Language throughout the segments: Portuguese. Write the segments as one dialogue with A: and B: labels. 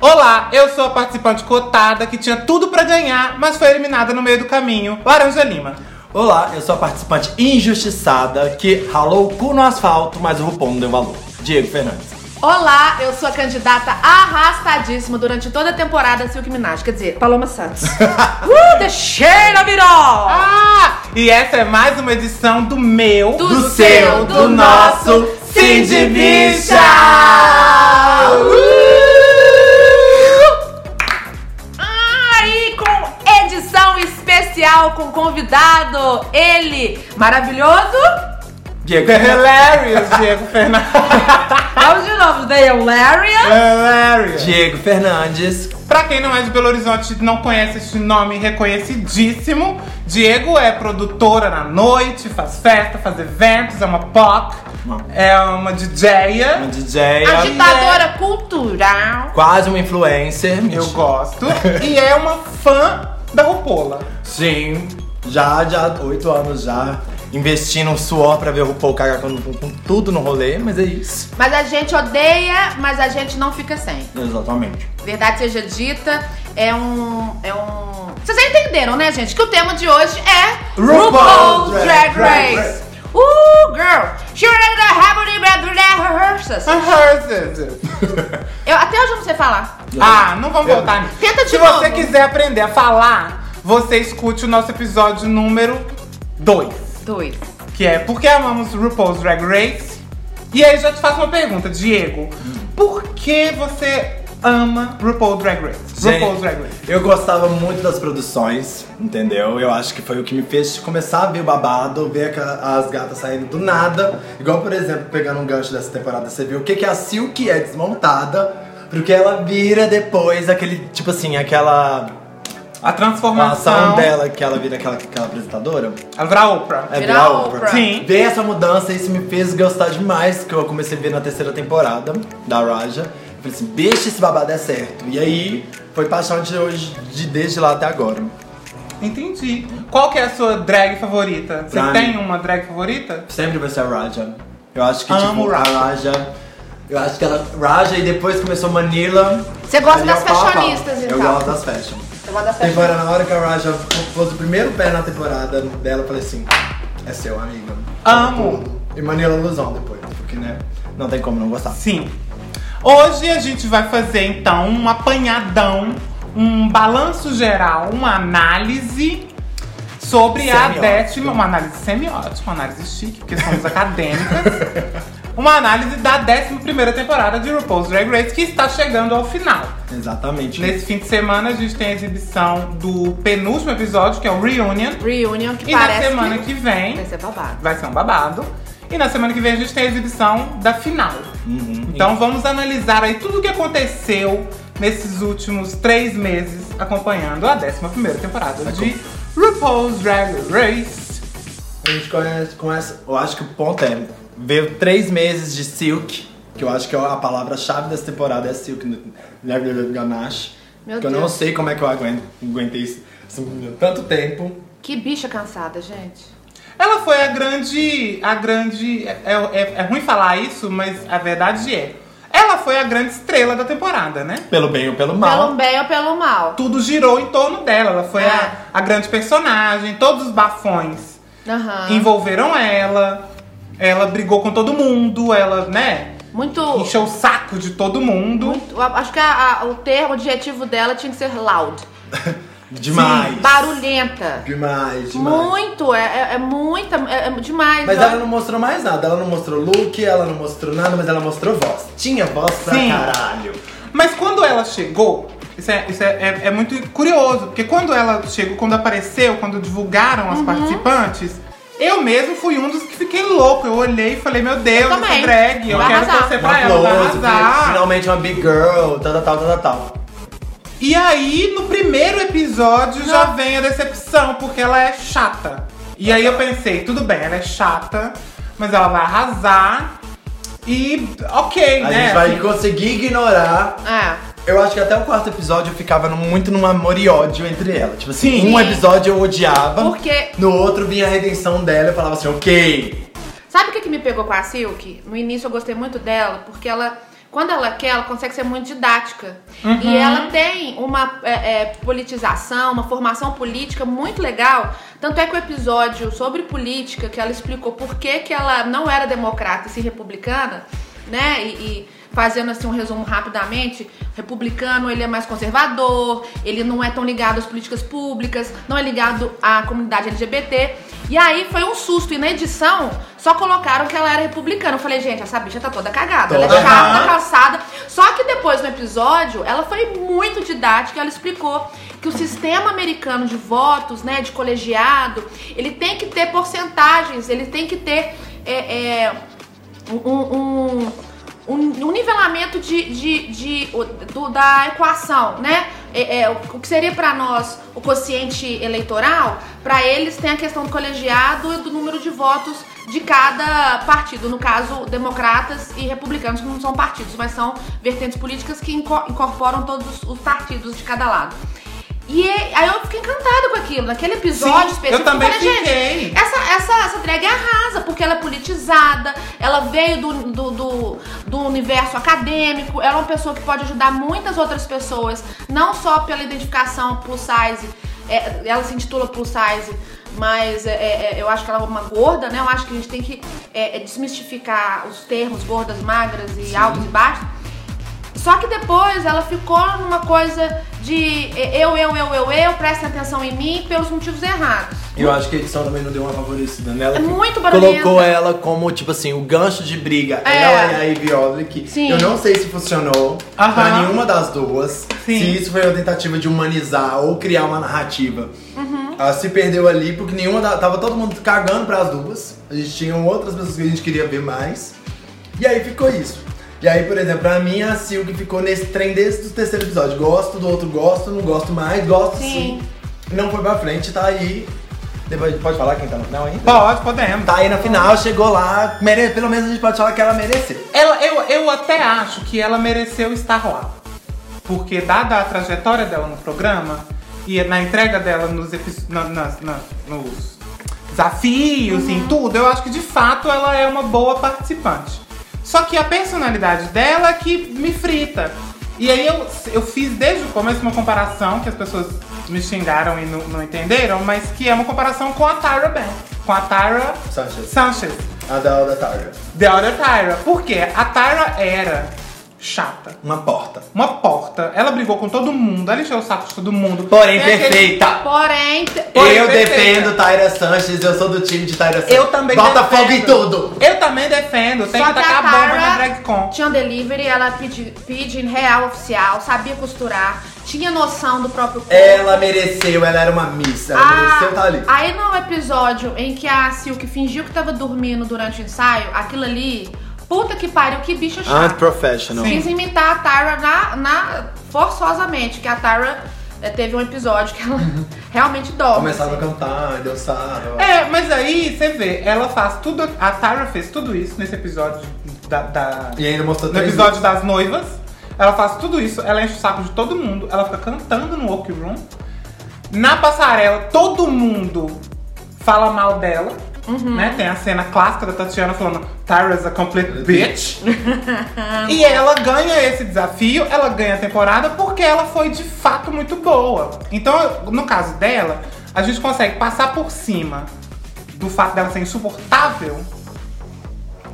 A: Olá, eu sou a participante cotada que tinha tudo pra ganhar, mas foi eliminada no meio do caminho. Laranja Lima.
B: Olá, eu sou a participante injustiçada que ralou o cu no asfalto, mas o RuPaul não deu valor. Diego Fernandes.
C: Olá, eu sou a candidata arrastadíssima durante toda a temporada Silk Minaj, quer dizer, Paloma Santos. uh, the cheira virou!
A: Ah! E essa é mais uma edição do meu,
C: Do seu, do nosso
A: Sim de Bicha!
C: Aí com edição especial com convidado, ele, maravilhoso.
B: Diego Fernandes.
A: É Hilarious, Diego Fernandes. É
C: Vamos de novo, The Hilarious.
A: Hilarious.
B: Diego Fernandes.
A: Pra quem não é de Belo Horizonte não conhece este nome reconhecidíssimo, Diego é produtora na noite, faz festa, faz eventos, é uma POC,
B: Uma-
A: é uma DJ.
B: Uma DJ.
C: Agitadora cultural.
B: um Quase uma influencer.
A: Eu
B: Mentira.
A: gosto. e é uma fã da Rupola.
B: Sim. Já, já, oito anos já. Investindo um suor pra ver o RuPaul cagar com, com tudo no rolê, mas é isso.
C: Mas a gente odeia, mas a gente não fica sem.
B: Exatamente.
C: Verdade seja dita, é um. É um. Vocês já entenderam, né, gente? Que o tema de hoje é
B: RuPaul Drag
C: Drag
B: Race.
C: Race. Uh, girl! She already got happy with the rehearsals. Eu até hoje eu não sei falar.
A: Ah, não vamos voltar nisso.
C: Tenta de
A: Se
C: novo.
A: você quiser aprender a falar, você escute o nosso episódio número 2.
C: Dois.
A: Que é Por que amamos RuPaul's Drag Race? E aí já te faço uma pergunta, Diego. Por que você ama RuPaul's Drag Race? RuPaul's Drag Race.
B: eu gostava muito das produções, entendeu? Eu acho que foi o que me fez começar a ver o babado, ver aquela- as gatas saindo do nada. Igual, por exemplo, pegando um gancho dessa temporada, você vê o que, que a Silk é desmontada, porque ela vira depois aquele, tipo assim, aquela
A: A transformação
B: ação dela que ela vira aquela, aquela apresentadora.
A: Ela vira Oprah.
B: É
C: Virar
B: virar
C: Oprah.
B: Oprah.
A: Sim.
B: Ver essa mudança, isso me fez gostar demais, que eu comecei a ver na terceira temporada da Raja. Eu falei assim, bicho, esse babado é certo. E aí, foi paixão de hoje, de desde lá até agora.
A: Entendi. Qual que é a sua drag favorita? Você
B: Pra
A: tem
B: mim.
A: uma drag favorita?
B: Sempre vai ser a Raja. Eu acho que,
A: Amo
B: tipo,
A: Raja.
B: a Raja... Eu acho que ela... Raja e depois começou Manila.
C: Você gosta
B: Manila
C: das
B: pau a pau.
C: fashionistas,
B: Eu
C: então.
B: gosto das fashion.
C: Eu gosto das fashion.
B: Embora na hora que a Raja pôs o primeiro pé na temporada dela, eu falei assim, é seu, amiga.
A: Amo.
B: E Manila Luzão depois, porque, né, não tem como não gostar.
A: Sim. Hoje a gente vai fazer então um apanhadão, um balanço geral, uma análise sobre a
B: Semiótica.
A: décima. Uma análise semiótica, uma análise chique, porque somos acadêmicas. Uma análise da 11 primeira temporada de RuPaul's Drag Race, que está chegando ao final.
B: Exatamente.
A: Nesse fim de semana a gente tem a exibição do penúltimo episódio, que é o Reunion.
C: Reunion que
A: E na
C: parece.
A: semana que vem
C: Vai ser babado.
A: vai ser um babado. E na semana que vem a gente tem a exibição da final. Então vamos analisar aí tudo o que aconteceu nesses últimos três meses acompanhando a 11 temporada de RuPaul's Drag Race.
B: A gente conhece, conhece, eu acho que o ponto é, veio três meses de Silk, que eu acho que é a palavra-chave dessa temporada é Silk, né, né, né, né, Ganache.
C: Meu
B: que eu não
C: Deus.
B: sei como é que eu aguento, aguentei isso, essa menina tanto tempo.
C: Que bicha cansada, gente.
A: Ela foi a grande. A grande. É, é- é ruim falar isso, mas a verdade é. Ela foi a grande estrela da temporada, né?
B: Pelo bem ou pelo
C: Pelo
B: mal.
C: bem ou pelo mal.
A: Tudo girou em torno dela. Ela foi
C: É.
A: a, a grande personagem, todos os bafões
C: Aham.
A: envolveram ela, ela brigou com todo mundo, ela, né?
C: Muito.
A: Encheu o saco de todo mundo.
C: muito- Acho que a- a- o termo, o adjetivo dela tinha que ser loud.
B: Demais.
C: Barulhenta.
B: Demais, demais.
C: Muito, é, é- é muita, é, é demais.
B: Mas
C: eu-
B: ela não mostrou mais nada, ela não mostrou look, ela não mostrou nada, mas ela mostrou voz. Tinha voz pra
A: Sim.
B: caralho.
A: Mas quando ela chegou, isso, é, isso é, é- é muito curioso, porque quando ela chegou, quando apareceu, quando divulgaram
C: Uhum.
A: as participantes, eu mesmo fui um dos que fiquei louco. Eu olhei e falei, meu Deus, essa
C: também.
A: drag, eu
C: Vai
A: quero
C: arrasar.
A: torcer
B: Uma
A: pra ela, vai
B: close,
A: arrasar.
B: Um finalmente uma big girl, tal, tal, tal, tal, tal.
A: E aí, no primeiro episódio, já vem a decepção, porque ela é chata. E aí eu pensei, tudo bem, ela é chata, mas ela vai arrasar. E ok,
B: A
A: né?
B: gente vai
A: Assim,
B: conseguir ignorar.
C: É.
B: Eu acho que até o quarto episódio eu ficava num- muito num amor e ódio entre elas. Tipo assim,
A: Sim.
B: um episódio eu odiava.
C: Porque-
B: No outro vinha a redenção dela eu falava assim, ok.
C: Sabe o que, que me pegou com a Silk? No início eu gostei muito dela, porque ela. quando ela quer, ela consegue ser muito didática.
B: Uhum.
C: E ela tem uma é, é, politização, uma formação política muito legal. Tanto é que o episódio sobre política, que ela explicou por que, que ela não era democrata e sim republicana, né? E, e fazendo assim um resumo rapidamente, republicano ele é mais conservador, ele não é tão ligado às políticas públicas, não é ligado à comunidade LGBT. E aí foi um susto, e na edição só colocaram que ela era republicana. Eu falei, gente, essa bicha tá toda cagada, ela é
B: Toda.
C: chata,
B: Aham.
C: calçada. Só que depois no episódio, ela foi muito didática, ela explicou que o sistema americano de votos, né, de colegiado, ele tem que ter porcentagens, ele tem que ter é, é, um, um, um- um nivelamento de, de, de- o- do- da equação, né? É, é, o que seria pra nós o quociente eleitoral, pra eles tem a questão do colegiado e do número de votos de cada partido. No caso, democratas e republicanos, que não são partidos, mas são vertentes políticas que inco- incorporam todos os- os partidos de cada lado. E é- aí eu fiquei encantada com aquilo. Naquele episódio
A: Sim,
C: específico,
A: eu também
C: falei, gente,
A: fiquei.
C: essa, essa, essa drag arrasa, porque ela é politizada, ela veio do, do, do, do universo acadêmico, ela é uma pessoa que pode ajudar muitas outras pessoas, não só pela identificação plus size, é, ela se intitula plus size, mas é, é, é, eu acho que ela é uma gorda, né? Eu acho que a gente tem que é, é, desmistificar os termos gordas, magras e altos e baixos. Só que depois ela ficou numa coisa de é, eu, eu, eu, eu, eu, prestem atenção em mim pelos motivos errados.
B: Eu acho que a edição também não deu uma favorecida nela.
C: É
B: que
C: muito barulhenta.
B: Colocou ela como, tipo assim, o gancho de briga.
C: É.
B: Ela e a Ivy Odlick.
C: Sim.
B: Eu não sei se funcionou
A: Aham.
B: pra nenhuma das duas.
A: Sim.
B: Se isso foi uma tentativa de humanizar ou criar uma narrativa.
C: Uhum.
B: Ela se perdeu ali porque nenhuma da, tava todo mundo cagando pras duas. A gente tinha outras pessoas que a gente queria ver mais. E aí ficou isso. E aí, por exemplo, pra mim, é a Sil que ficou nesse trem desde o terceiro episódio. Gosto do outro, gosto, não gosto mais, gosto
C: Sim.
B: sim. Não foi pra frente, tá aí. Depois pode falar quem tá no final ainda?
A: Pode, podemos.
B: Tá aí na final, chegou lá, mere... pelo menos a gente pode falar que ela mereceu.
A: Ela, eu, eu até acho que ela mereceu estar lá. Porque, dada a trajetória dela no programa e na entrega dela nos, epi- na- nas- na- nos desafios e em tudo, eu acho que de fato ela é uma boa participante. Só que a personalidade dela é que me frita. E aí eu, eu fiz desde o começo uma comparação que as pessoas me xingaram e não, não entenderam, mas que é uma comparação com a Tyra Banks. Com a Tyra
B: Sanchez.
A: Sanchez.
B: A da, da Targa.
A: The Other Tyra. Por quê? A Tyra era chata.
B: Uma porta.
A: Uma porta. Ela brigou com todo mundo, ela encheu o saco de todo mundo.
B: Porém,
A: Tem aquele-
B: perfeita.
C: Porém, te-
A: Porém,
B: eu
A: perfeita.
B: defendo Tyra Sanches, eu sou do time de Tyra Sanches.
A: Eu também
B: Bota
A: defendo.
B: fogo em tudo!
A: Eu também defendo. Tem
C: Só
A: que
C: que a
A: tacar bomba na drag
C: Tara
A: con.
C: tinha um delivery, ela pedi, pedi em real oficial, sabia costurar, tinha noção do próprio corpo.
B: Ela mereceu, ela era uma miss, ela
C: Ah,
B: mereceu tá ali.
C: Aí no episódio em que a Silk fingiu que tava dormindo durante o ensaio, aquilo ali, puta que pariu, que bicha
B: Ah,
C: chata.
B: Unprofessional.
C: Quis imitar a Tyra na, na- forçosamente, que a Tyra eh, teve um episódio que ela realmente dorme.
B: Começaram a cantar, dançaram.
A: É, mas aí você vê, ela faz tudo. A Tyra fez tudo isso nesse episódio da. da-
B: E ainda mostrou
A: no
B: três
A: episódio das noivas. Ela faz tudo isso, ela enche o saco de todo mundo, ela fica cantando no workroom. Na passarela, todo mundo fala mal dela.
C: Uhum.
A: Né? Tem a cena clássica da Tatiana falando Tyra's a complete bitch. e ela ganha esse desafio, ela ganha a temporada porque ela foi de fato muito boa. Então, no caso dela, a gente consegue passar por cima do fato dela ser insuportável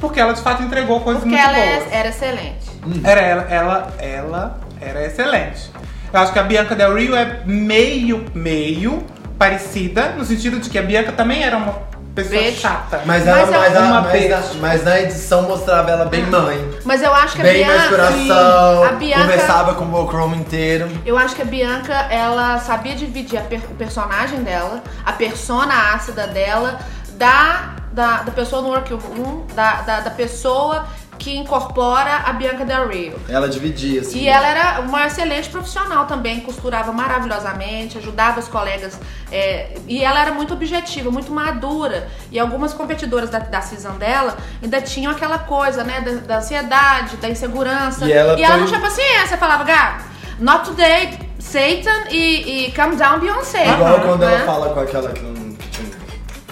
A: porque ela de fato entregou coisas
C: Porque
A: muito
C: ela
A: boas.
C: é- era excelente.
A: Uhum. Era ela, ela, ela era excelente. Eu acho que a Bianca Del Rio é meio, meio parecida, no sentido de que a Bianca também era uma pessoa
C: Bitch.
A: chata.
B: Mas,
C: Mas
B: ela,
C: ela-
B: mas, ela,
A: é Uma Uhum.
B: mas, na,
A: bitch.
B: mas na edição mostrava ela bem mãe.
C: Mas eu acho que a
B: Bem mais
C: Bianca.
B: coração,
C: a Bianca-
B: conversava com o Bocrom inteiro.
C: Eu acho que a Bianca, ela sabia dividir a per- o personagem dela, a persona ácida dela, da, da, da pessoa no workroom, da, da, da pessoa que incorpora a Bianca Del Rio.
B: Ela dividia, assim.
C: E ela era uma excelente profissional também, costurava maravilhosamente, ajudava os colegas. é, e ela era muito objetiva, muito madura. E algumas competidoras da, da season dela ainda tinham aquela coisa, né? Da, da ansiedade, da insegurança.
B: E ela foi-
C: não tinha paciência, falava, gato, not today, Satan e, e calm down, Beyoncé.
B: Igual quando
C: né?
B: ela fala com aquela que não. que tinha um-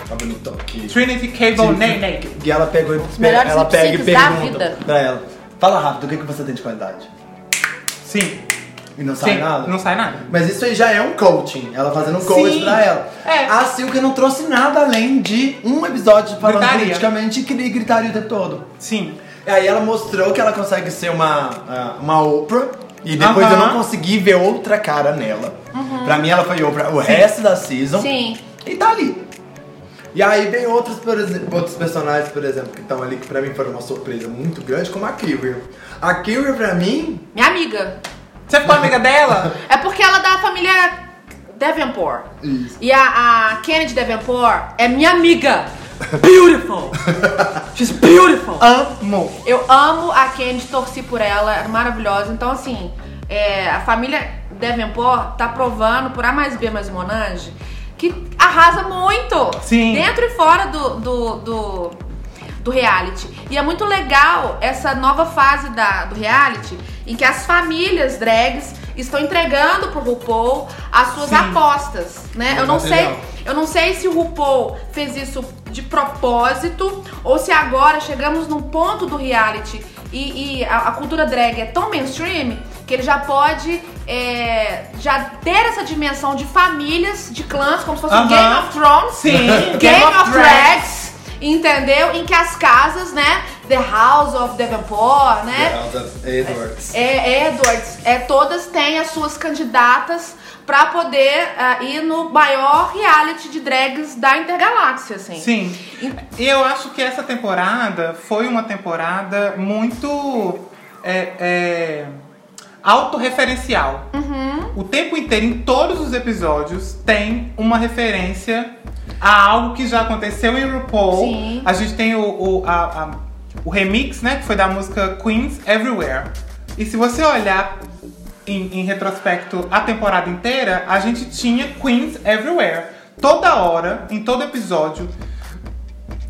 B: Tá bonitão aqui.
A: Trinity Cable Nene.
B: E assim, ela pegou e
C: melhores
B: ela pega e
C: psiques da
B: pergunta
C: vida.
B: pra ela. Fala rápido, o que, que você tem de qualidade?
A: Sim.
B: E não sai
A: Sim,
B: nada?
A: Não sai nada.
B: Mas isso aí já é um coaching, ela fazendo um coaching
A: Sim.
B: pra ela.
A: É.
B: A Silke não trouxe nada além de um episódio falando
A: Gritaria.
B: politicamente e cri- gritaria o tempo todo.
A: Sim.
B: Aí ela mostrou que ela consegue ser uma, ah, uma Oprah. E depois
A: Aham.
B: eu não consegui ver outra cara nela. Pra mim ela foi Oprah o resto da season.
C: Sim.
B: E tá ali. E aí vem outros, por exemplo, outros personagens, por exemplo, que estão ali, que pra mim foram uma surpresa muito grande, como a Kiri. A Kiri, pra mim,
C: Minha amiga.
A: Você ficou amiga dela?
C: É porque ela é da família Davenport.
B: Isso.
C: E a, a Kennedy Davenport é minha amiga. Beautiful. She's beautiful.
A: Amor.
C: Eu amo a Kennedy, torci por ela, é maravilhosa. Então, assim, é, a família Davenport tá provando, por A mais B mais Monange, que arrasa muito.
A: Sim.
C: Dentro e fora do, do, do, do reality. E é muito legal essa nova fase da, do reality, em que as famílias drags estão entregando pro RuPaul as suas
A: Sim.
C: apostas, né?
B: É
C: Eu não sei...
B: material.
C: Eu não sei se o RuPaul fez isso de propósito ou se agora chegamos num ponto do reality e, e a, a cultura drag é tão mainstream que ele já pode é, já ter essa dimensão de famílias, de clãs, como se fosse um
A: Aham.
C: Game of Thrones.
A: Sim,
C: Game, of, Drags. Entendeu? Em que as casas, né? The House of Devonport, né?
B: Edwards.
C: É, Edwards, é, todas têm as suas candidatas pra poder ah, ir no maior reality de drags da Intergaláxia, assim.
A: Sim. E eu acho que essa temporada foi uma temporada muito é, é, autorreferencial.
C: Uhum.
A: O tempo inteiro, em todos os episódios, tem uma referência a algo que já aconteceu em RuPaul.
C: Sim.
A: A gente tem o, o, a- a- o remix, né? Que foi da música Queens Everywhere. E se você olhar em, em retrospecto a temporada inteira, a gente tinha Queens Everywhere. Toda hora, em todo episódio,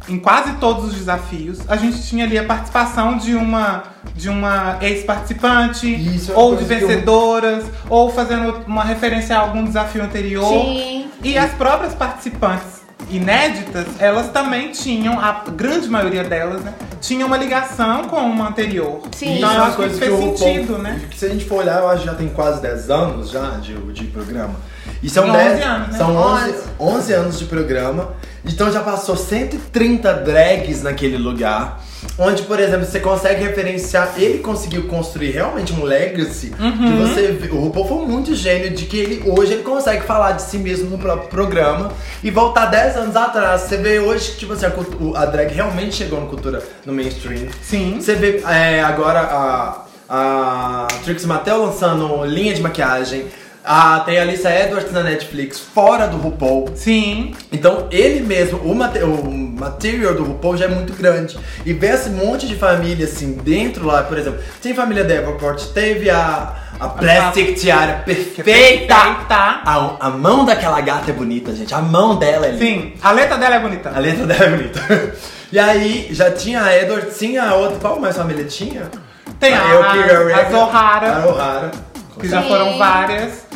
A: em quase todos os desafios, a gente tinha ali a participação de uma de uma ex-participante,
B: Isso é uma
A: ou de
B: coisa que eu-
A: vencedoras, ou fazendo uma referência a algum desafio anterior.
C: Sim.
A: E as próprias participantes inéditas, elas também tinham, a grande maioria delas, né, tinha uma ligação com uma anterior.
C: Sim.
A: Então
B: Isso
A: eu
B: é uma
A: acho que
B: coisa
A: isso fez
B: o RuPaul-
A: sentido, né?
B: Que se a gente for olhar, eu acho que já tem quase 10 anos já de, de programa. E são
A: Tem
B: 10
A: 11 anos, né?
B: São 11,
C: 11.
B: 11 anos de programa. Então já passou 130 drags naquele lugar. Onde, por exemplo, você consegue referenciar, ele conseguiu construir realmente um legacy que
A: Uhum.
B: você vê. O RuPaul foi muito gênio de que ele hoje ele consegue falar de si mesmo no próprio programa e voltar 10 anos atrás. Você vê hoje que tipo assim, a, cultu- a drag realmente chegou na cultura no mainstream.
A: Sim.
B: Você vê é, agora a, a Trix Mattel lançando linha de maquiagem. A, tem a Alissa Edwards na Netflix, fora do RuPaul.
A: Sim.
B: Então ele mesmo, o, mate- o material do RuPaul já é muito grande. E vê esse monte de família assim dentro lá, por exemplo, tem família Devonport, teve a, a Plastic Tiara perfeita!
A: Feita!
B: A, a mão daquela gata é bonita, gente. A mão dela é linda.
A: Sim, a letra dela é bonita.
B: A letra dela é bonita. E aí, já tinha a Edward, tinha a outra. Qual mais família tinha?
A: Tem a-
B: Aoki, Eureka,
A: a Zohara.
B: A Zohara.
A: que já
C: Sim.
A: foram várias.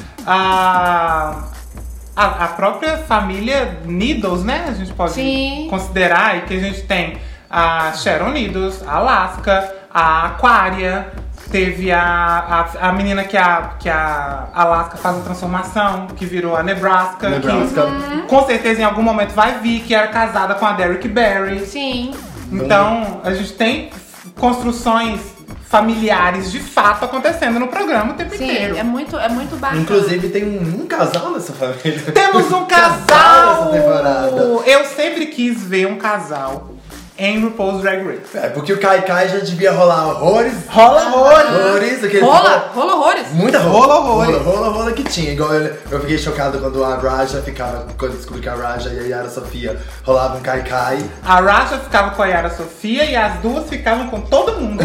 A: A, a, a própria família Needles, né? A gente pode
C: Sim.
A: considerar aí que a gente tem a Sharon Needles, a Alaska, a Aquaria. Teve a, a, a menina que a, que a Alaska faz a transformação, que virou a Nebraska. que
B: Nebraska.
A: com certeza em algum momento vai vir, que era casada com a Derrick Barry.
C: Sim.
A: Então, a gente tem construções familiares de fato acontecendo no programa o tempo
C: Sim,
A: inteiro.
C: é muito, é muito bacana.
B: Inclusive, tem um, um casal nessa família.
A: Temos um
B: Casal
A: casal!
B: essa temporada.
A: Eu sempre quis ver um casal em RuPaul's Drag Race.
B: É, porque o Kai Kai já devia rolar horrores.
A: Rola horrores!
B: Horrores, aquele. tipo
C: Rola, rola horrores.
B: Muita
A: Rola
B: rola,
A: horrores.
B: rola, rola, rola que tinha. Igual eu, eu fiquei chocado quando a Raja ficava, quando eu descobri que a Raja e a Yara Sofia rolavam Kai Kai.
A: A Raja ficava com a Yara Sofia e as duas ficavam com todo mundo.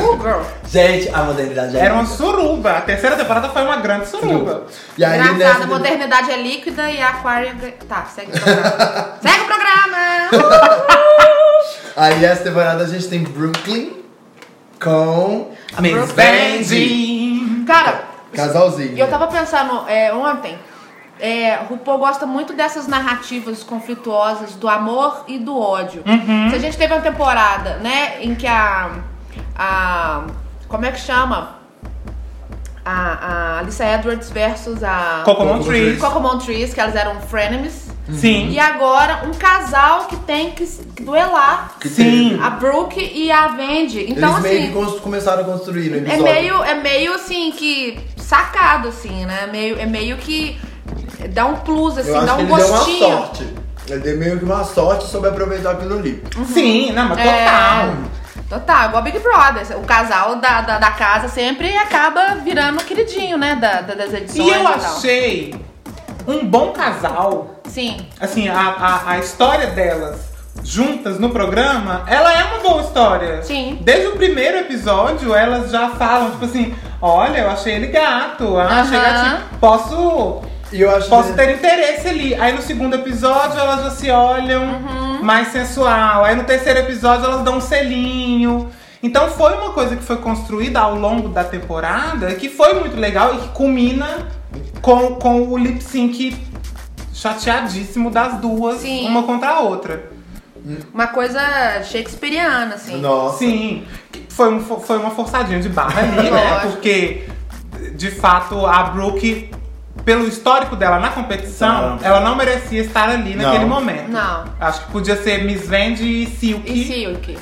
B: Gente, a modernidade é
A: Era uma
B: linda.
A: suruba. A terceira temporada foi uma grande suruba.
B: E aí, né,
C: Engraçado,
B: nessa-
C: a modernidade é líquida e a aquária... Tá, segue o programa. segue o programa!
B: Aí essa temporada a gente tem Brooklyn com
A: Miss Benji!
C: Cara,
B: Casalzinho.
C: E eu tava pensando é, ontem, é, RuPaul gosta muito dessas narrativas conflituosas do amor e
A: Uhum.
C: do ódio. Se a gente teve uma temporada, né, em que a, a Como é que chama? A, a Alyssa Edwards versus a
A: Coco
B: Montrese.
A: Montrese.
C: Coco Montrese, que elas eram frenemies.
A: Sim.
C: E agora um casal que tem que se duelar.
B: Que
A: Sim.
C: A Brooke e a Vandy. Então,
B: Eles meio
C: assim.
B: que cons- começaram a construir no
C: É
B: episódio.
C: meio, é meio assim que sacado, assim, né? É meio, é meio que dá um plus, assim,
B: Eu acho
C: dá
B: que
C: um
B: ele
C: gostinho.
B: deu uma sorte. Ele deu meio que uma sorte sobre aproveitar aquilo ali.
A: Sim, não, mas total.
C: É, total, igual Big Brother. O casal da, da, da casa sempre acaba virando o queridinho, né? Da, da- das edições
A: E
C: e,
A: eu
C: tal.
A: achei um bom casal
C: Sim.
A: assim, a, a, a história delas juntas no programa, ela é uma boa história.
C: Sim.
A: Desde o primeiro episódio, elas já falam, tipo assim, olha, eu achei ele gato, ah, achei
C: Aham.
A: gatinho. Posso.
B: E eu acho
A: Posso
B: que-
A: ter interesse ali. Aí no segundo episódio elas já se olham mais sensual. Aí no terceiro episódio elas dão um selinho. Então foi uma coisa que foi construída ao longo da temporada que foi muito legal e que culmina com, com o lip sync chateadíssimo das duas,
C: Sim.
A: uma contra a outra.
C: Uma coisa shakespeariana, assim.
B: Nossa.
A: Sim, foi, um fo- foi uma forçadinha de barra ali, né?
C: Lógico.
A: Porque, de fato, a Brooke, pelo histórico dela na competição,
B: Não.
A: ela não merecia estar ali
B: Não.
A: naquele momento.
C: Não.
A: Acho que podia ser Miss Vandy e Silk.
C: E Silk.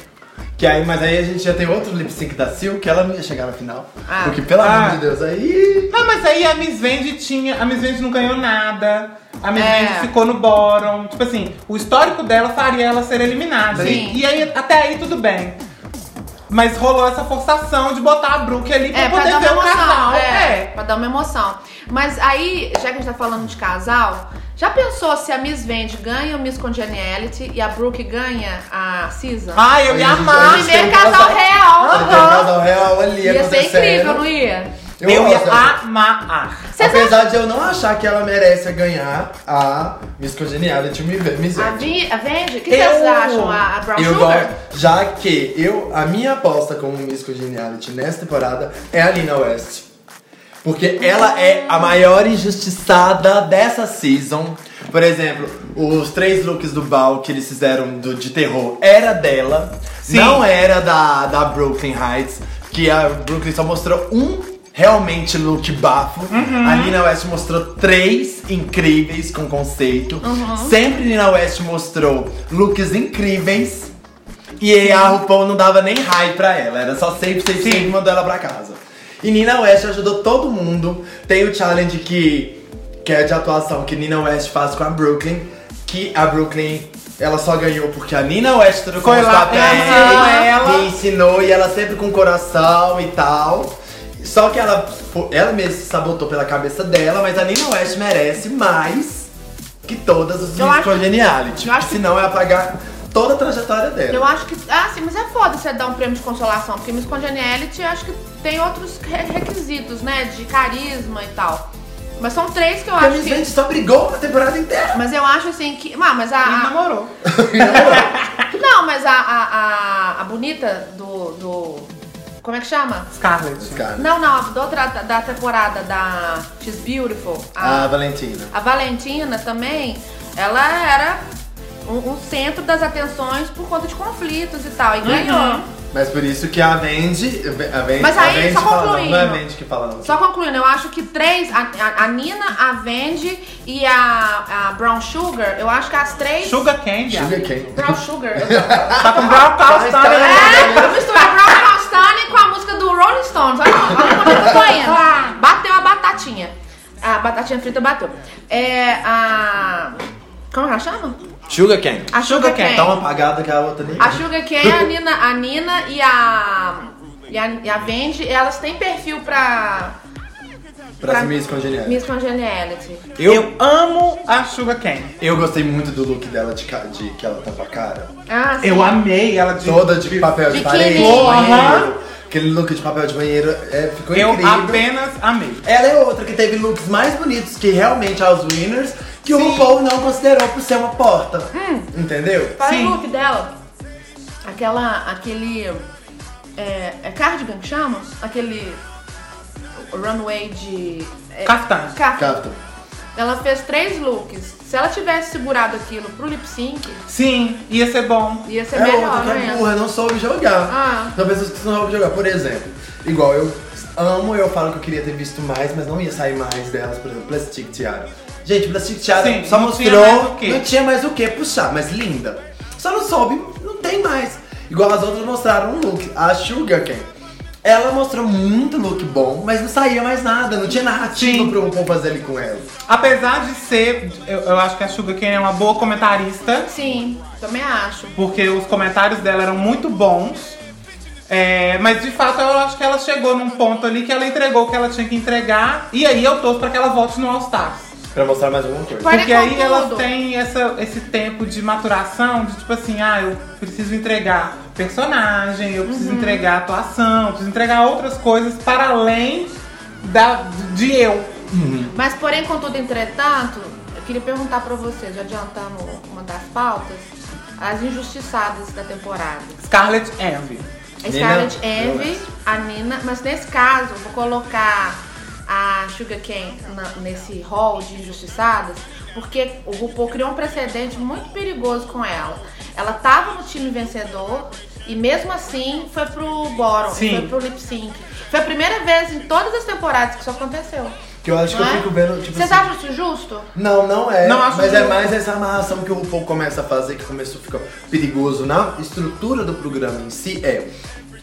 B: Que aí, mas aí a gente já tem outro lip sync da Sil que ela não ia chegar na final.
C: Ah.
B: Porque, pelo
A: Ah.
B: amor de Deus, aí.
A: Não, mas aí a Miss Vandy tinha. A Miss Vandy não ganhou nada. A Miss
C: É.
A: Vandy ficou no bottom. Tipo assim, o histórico dela faria ela ser eliminada.
C: Sim.
A: E, e aí, até aí tudo bem. Mas rolou essa forçação de botar a Brooke ali pra
C: É, pra
A: poder
C: dar
A: ver o
C: uma emoção.
A: casal.
C: É, pra dar uma emoção. Mas aí, já que a gente tá falando de casal, já pensou se a Miss Vende ganha o Miss Congeniality e a Brooke ganha a Season?
A: Ai, eu ia
B: Aí a gente-
A: amar.
B: a gente tem
C: Primeiro
B: um
C: casal real.
B: Aí tem um casal real ali
C: Ia ser
B: acontecendo.
C: incrível, não ia? Ah,
A: Eu, ia
B: gosto dessa-
A: amar.
C: Vocês
B: Apesar de eu não achar que ela merece ganhar a Miss Congeniality me Miss
C: A,
B: Verde.
C: Vi, a Vende? O que
A: Eu-
C: vocês acham? A, a Brown
B: Eu
C: Sugar?
B: gosto, já que eu, a minha aposta como Miss Congeniality nessa temporada é a Lina West. Porque ela é a maior injustiçada dessa season. Por exemplo, os três looks do Bal que eles fizeram do- de terror era dela,
A: Sim.
B: não era da, da Brooklyn Heights, que a Brooklyn só mostrou um realmente look bafo. A Lina West mostrou três incríveis com conceito. Sempre Lina West mostrou looks incríveis. E a RuPaul não dava nem high pra ela, era só sempre, sempre,
A: Sim.
B: sempre mandou ela pra casa. E Nina West ajudou todo mundo. Tem o challenge que, que é de atuação que Nina West faz com a Brooklyn, que a Brooklyn ela só ganhou porque a Nina West trocou
A: Foi
B: os
A: lá,
B: papéis,
A: ensinou ela.
B: e ensinou e ela sempre com coração e tal. Só que ela, ela mesma se sabotou pela cabeça dela, mas a Nina West merece mais que todas as
C: Eu
B: Miss
C: acho-
B: Congeniality.
C: eu acho que-
B: Senão é apagar toda a trajetória dela.
C: Eu acho que. Ah, sim, mas é foda você dar um prêmio de consolação, porque Miss Congeniality eu acho que tem outros re- requisitos, né? De carisma e tal. Mas são três que eu
B: Porque a
C: acho
B: Miss
C: que.
B: Vente só brigou a temporada inteira.
C: Mas eu acho assim que. Ah, mas a.
A: Ele
C: a-
A: namorou.
C: não, mas a, a, a, a bonita do, do. Como é que chama?
A: Scarlett.
B: Cara.
C: Não, não, a da outra da, da temporada da She's Beautiful. a-
B: A Ah, Valentina.
C: A Valentina também, ela era um, um centro das atenções por conta de conflitos e tal, e ganhou.
B: Mas por isso que a Vendi. A Vendi
C: Mas
B: a
C: aí,
B: Vendi
C: só
B: fala, não, não é a
C: concluindo.
B: Vendi que fala, não.
C: Só concluindo, eu acho que três, a, a- a Nina, a Vendi e a, a Brown Sugar, eu acho que as três.
A: Sugar Candy.
B: Sugar Cane.
C: Brown Sugar. eu tô-
A: Tá com brown
B: Mas
A: calça
B: tá-
C: É, eu misturar Brown Calstani com a música do Rolling Stones. Olha, olha como é que eu tô indo. Bateu a batatinha. A batatinha frita bateu. É a. Como ela chama?
B: Sugar Cane.
C: A Sugar,
A: Sugar
C: Cane.
A: Cane.
B: Tá uma apagada que a outra nem.
C: A Sugar Cane, a Nina, a Nina e a. E a, e a Benji, elas têm perfil pra.
B: Pra se me esconder.
C: Miss Congeniality.
A: Eu... amo a Sugar Candy.
B: Eu gostei muito do look dela de, ca- de que ela tá com a cara.
C: Ah, sim.
A: Eu amei ela de.
B: Toda de papel de
C: Biquíni.
B: parede, de
A: Porra.
B: banheiro. Aquele look de papel de banheiro é, ficou
A: Eu
B: incrível.
A: apenas amei.
B: Ela é outra que teve looks mais bonitos que realmente aos winners, que o RuPaul não considerou por ser uma porta.
A: Hum.
B: Entendeu?
C: Qual é
A: Sim.
C: o look dela? Aquela. aquele. É, é cardigan que chama? Aquele. Runway de. É,
A: Caftan.
C: ca-
B: Capta.
C: Ela fez três looks. Se ela tivesse segurado aquilo pro lip sync,
A: Sim, ia ser bom.
C: ia ser
B: É
C: melhor,
B: outra que
C: né?
B: é burra, não soube jogar.
C: Ah.
B: Talvez os que não soube jogar, por exemplo. Igual eu amo, eu falo que eu queria ter visto mais, mas não ia sair mais delas, por exemplo, Plastic Tiara. Gente, Plastic Tiara
A: Sim,
B: só
A: não tinha
B: mostrou,
A: mais o quê.
B: não tinha mais o que puxar, mas linda. Só não soube, não tem mais. Igual as outras mostraram um look, a Sugar Ken. Ela mostrou muito look bom, mas não saía mais nada, não tinha narrativa
A: Sim.
B: pro povo fazer ali com ela.
A: Apesar de ser, eu, eu acho que a Sugar Kane é uma boa comentarista,
C: Sim, também acho.
A: porque os comentários dela eram muito bons. É, mas de fato eu acho que ela chegou num ponto ali que ela entregou o que ela tinha que entregar. E aí eu torço pra que ela volte no All Stars.
B: Pra mostrar mais alguma coisa.
C: Pare
A: Porque
C: com
A: aí
C: tudo.
A: elas têm essa, esse tempo de maturação de tipo assim, ah, eu preciso entregar personagem, eu preciso
C: Uhum.
A: entregar atuação, eu preciso entregar outras coisas para além da, de eu.
C: Mas, porém, contudo, entretanto, eu queria perguntar pra vocês, já adiantando uma das pautas, as injustiçadas da temporada.
A: Scarlett Envy.
C: A
B: Nina
C: Scarlett
B: Jonas.
C: Envy, é a Nina, mas nesse caso, eu vou colocar a Sugar Cane na- nesse hall de injustiçadas, porque o RuPaul criou um precedente muito perigoso com ela. Ela tava no time vencedor e mesmo assim foi pro bottom,
A: Sim.
C: foi pro lip sync. Foi a primeira vez em todas as temporadas que isso aconteceu.
B: Que eu acho que
C: não
B: eu
C: é?
B: fico vendo, tipo
C: Vocês
B: assim,
C: acham isso justo?
B: Não, não é.
A: Não acho
B: mas
A: que-
B: é mais essa amarração que o povo começa a fazer, que começou a ficar perigoso na estrutura do programa em si, é.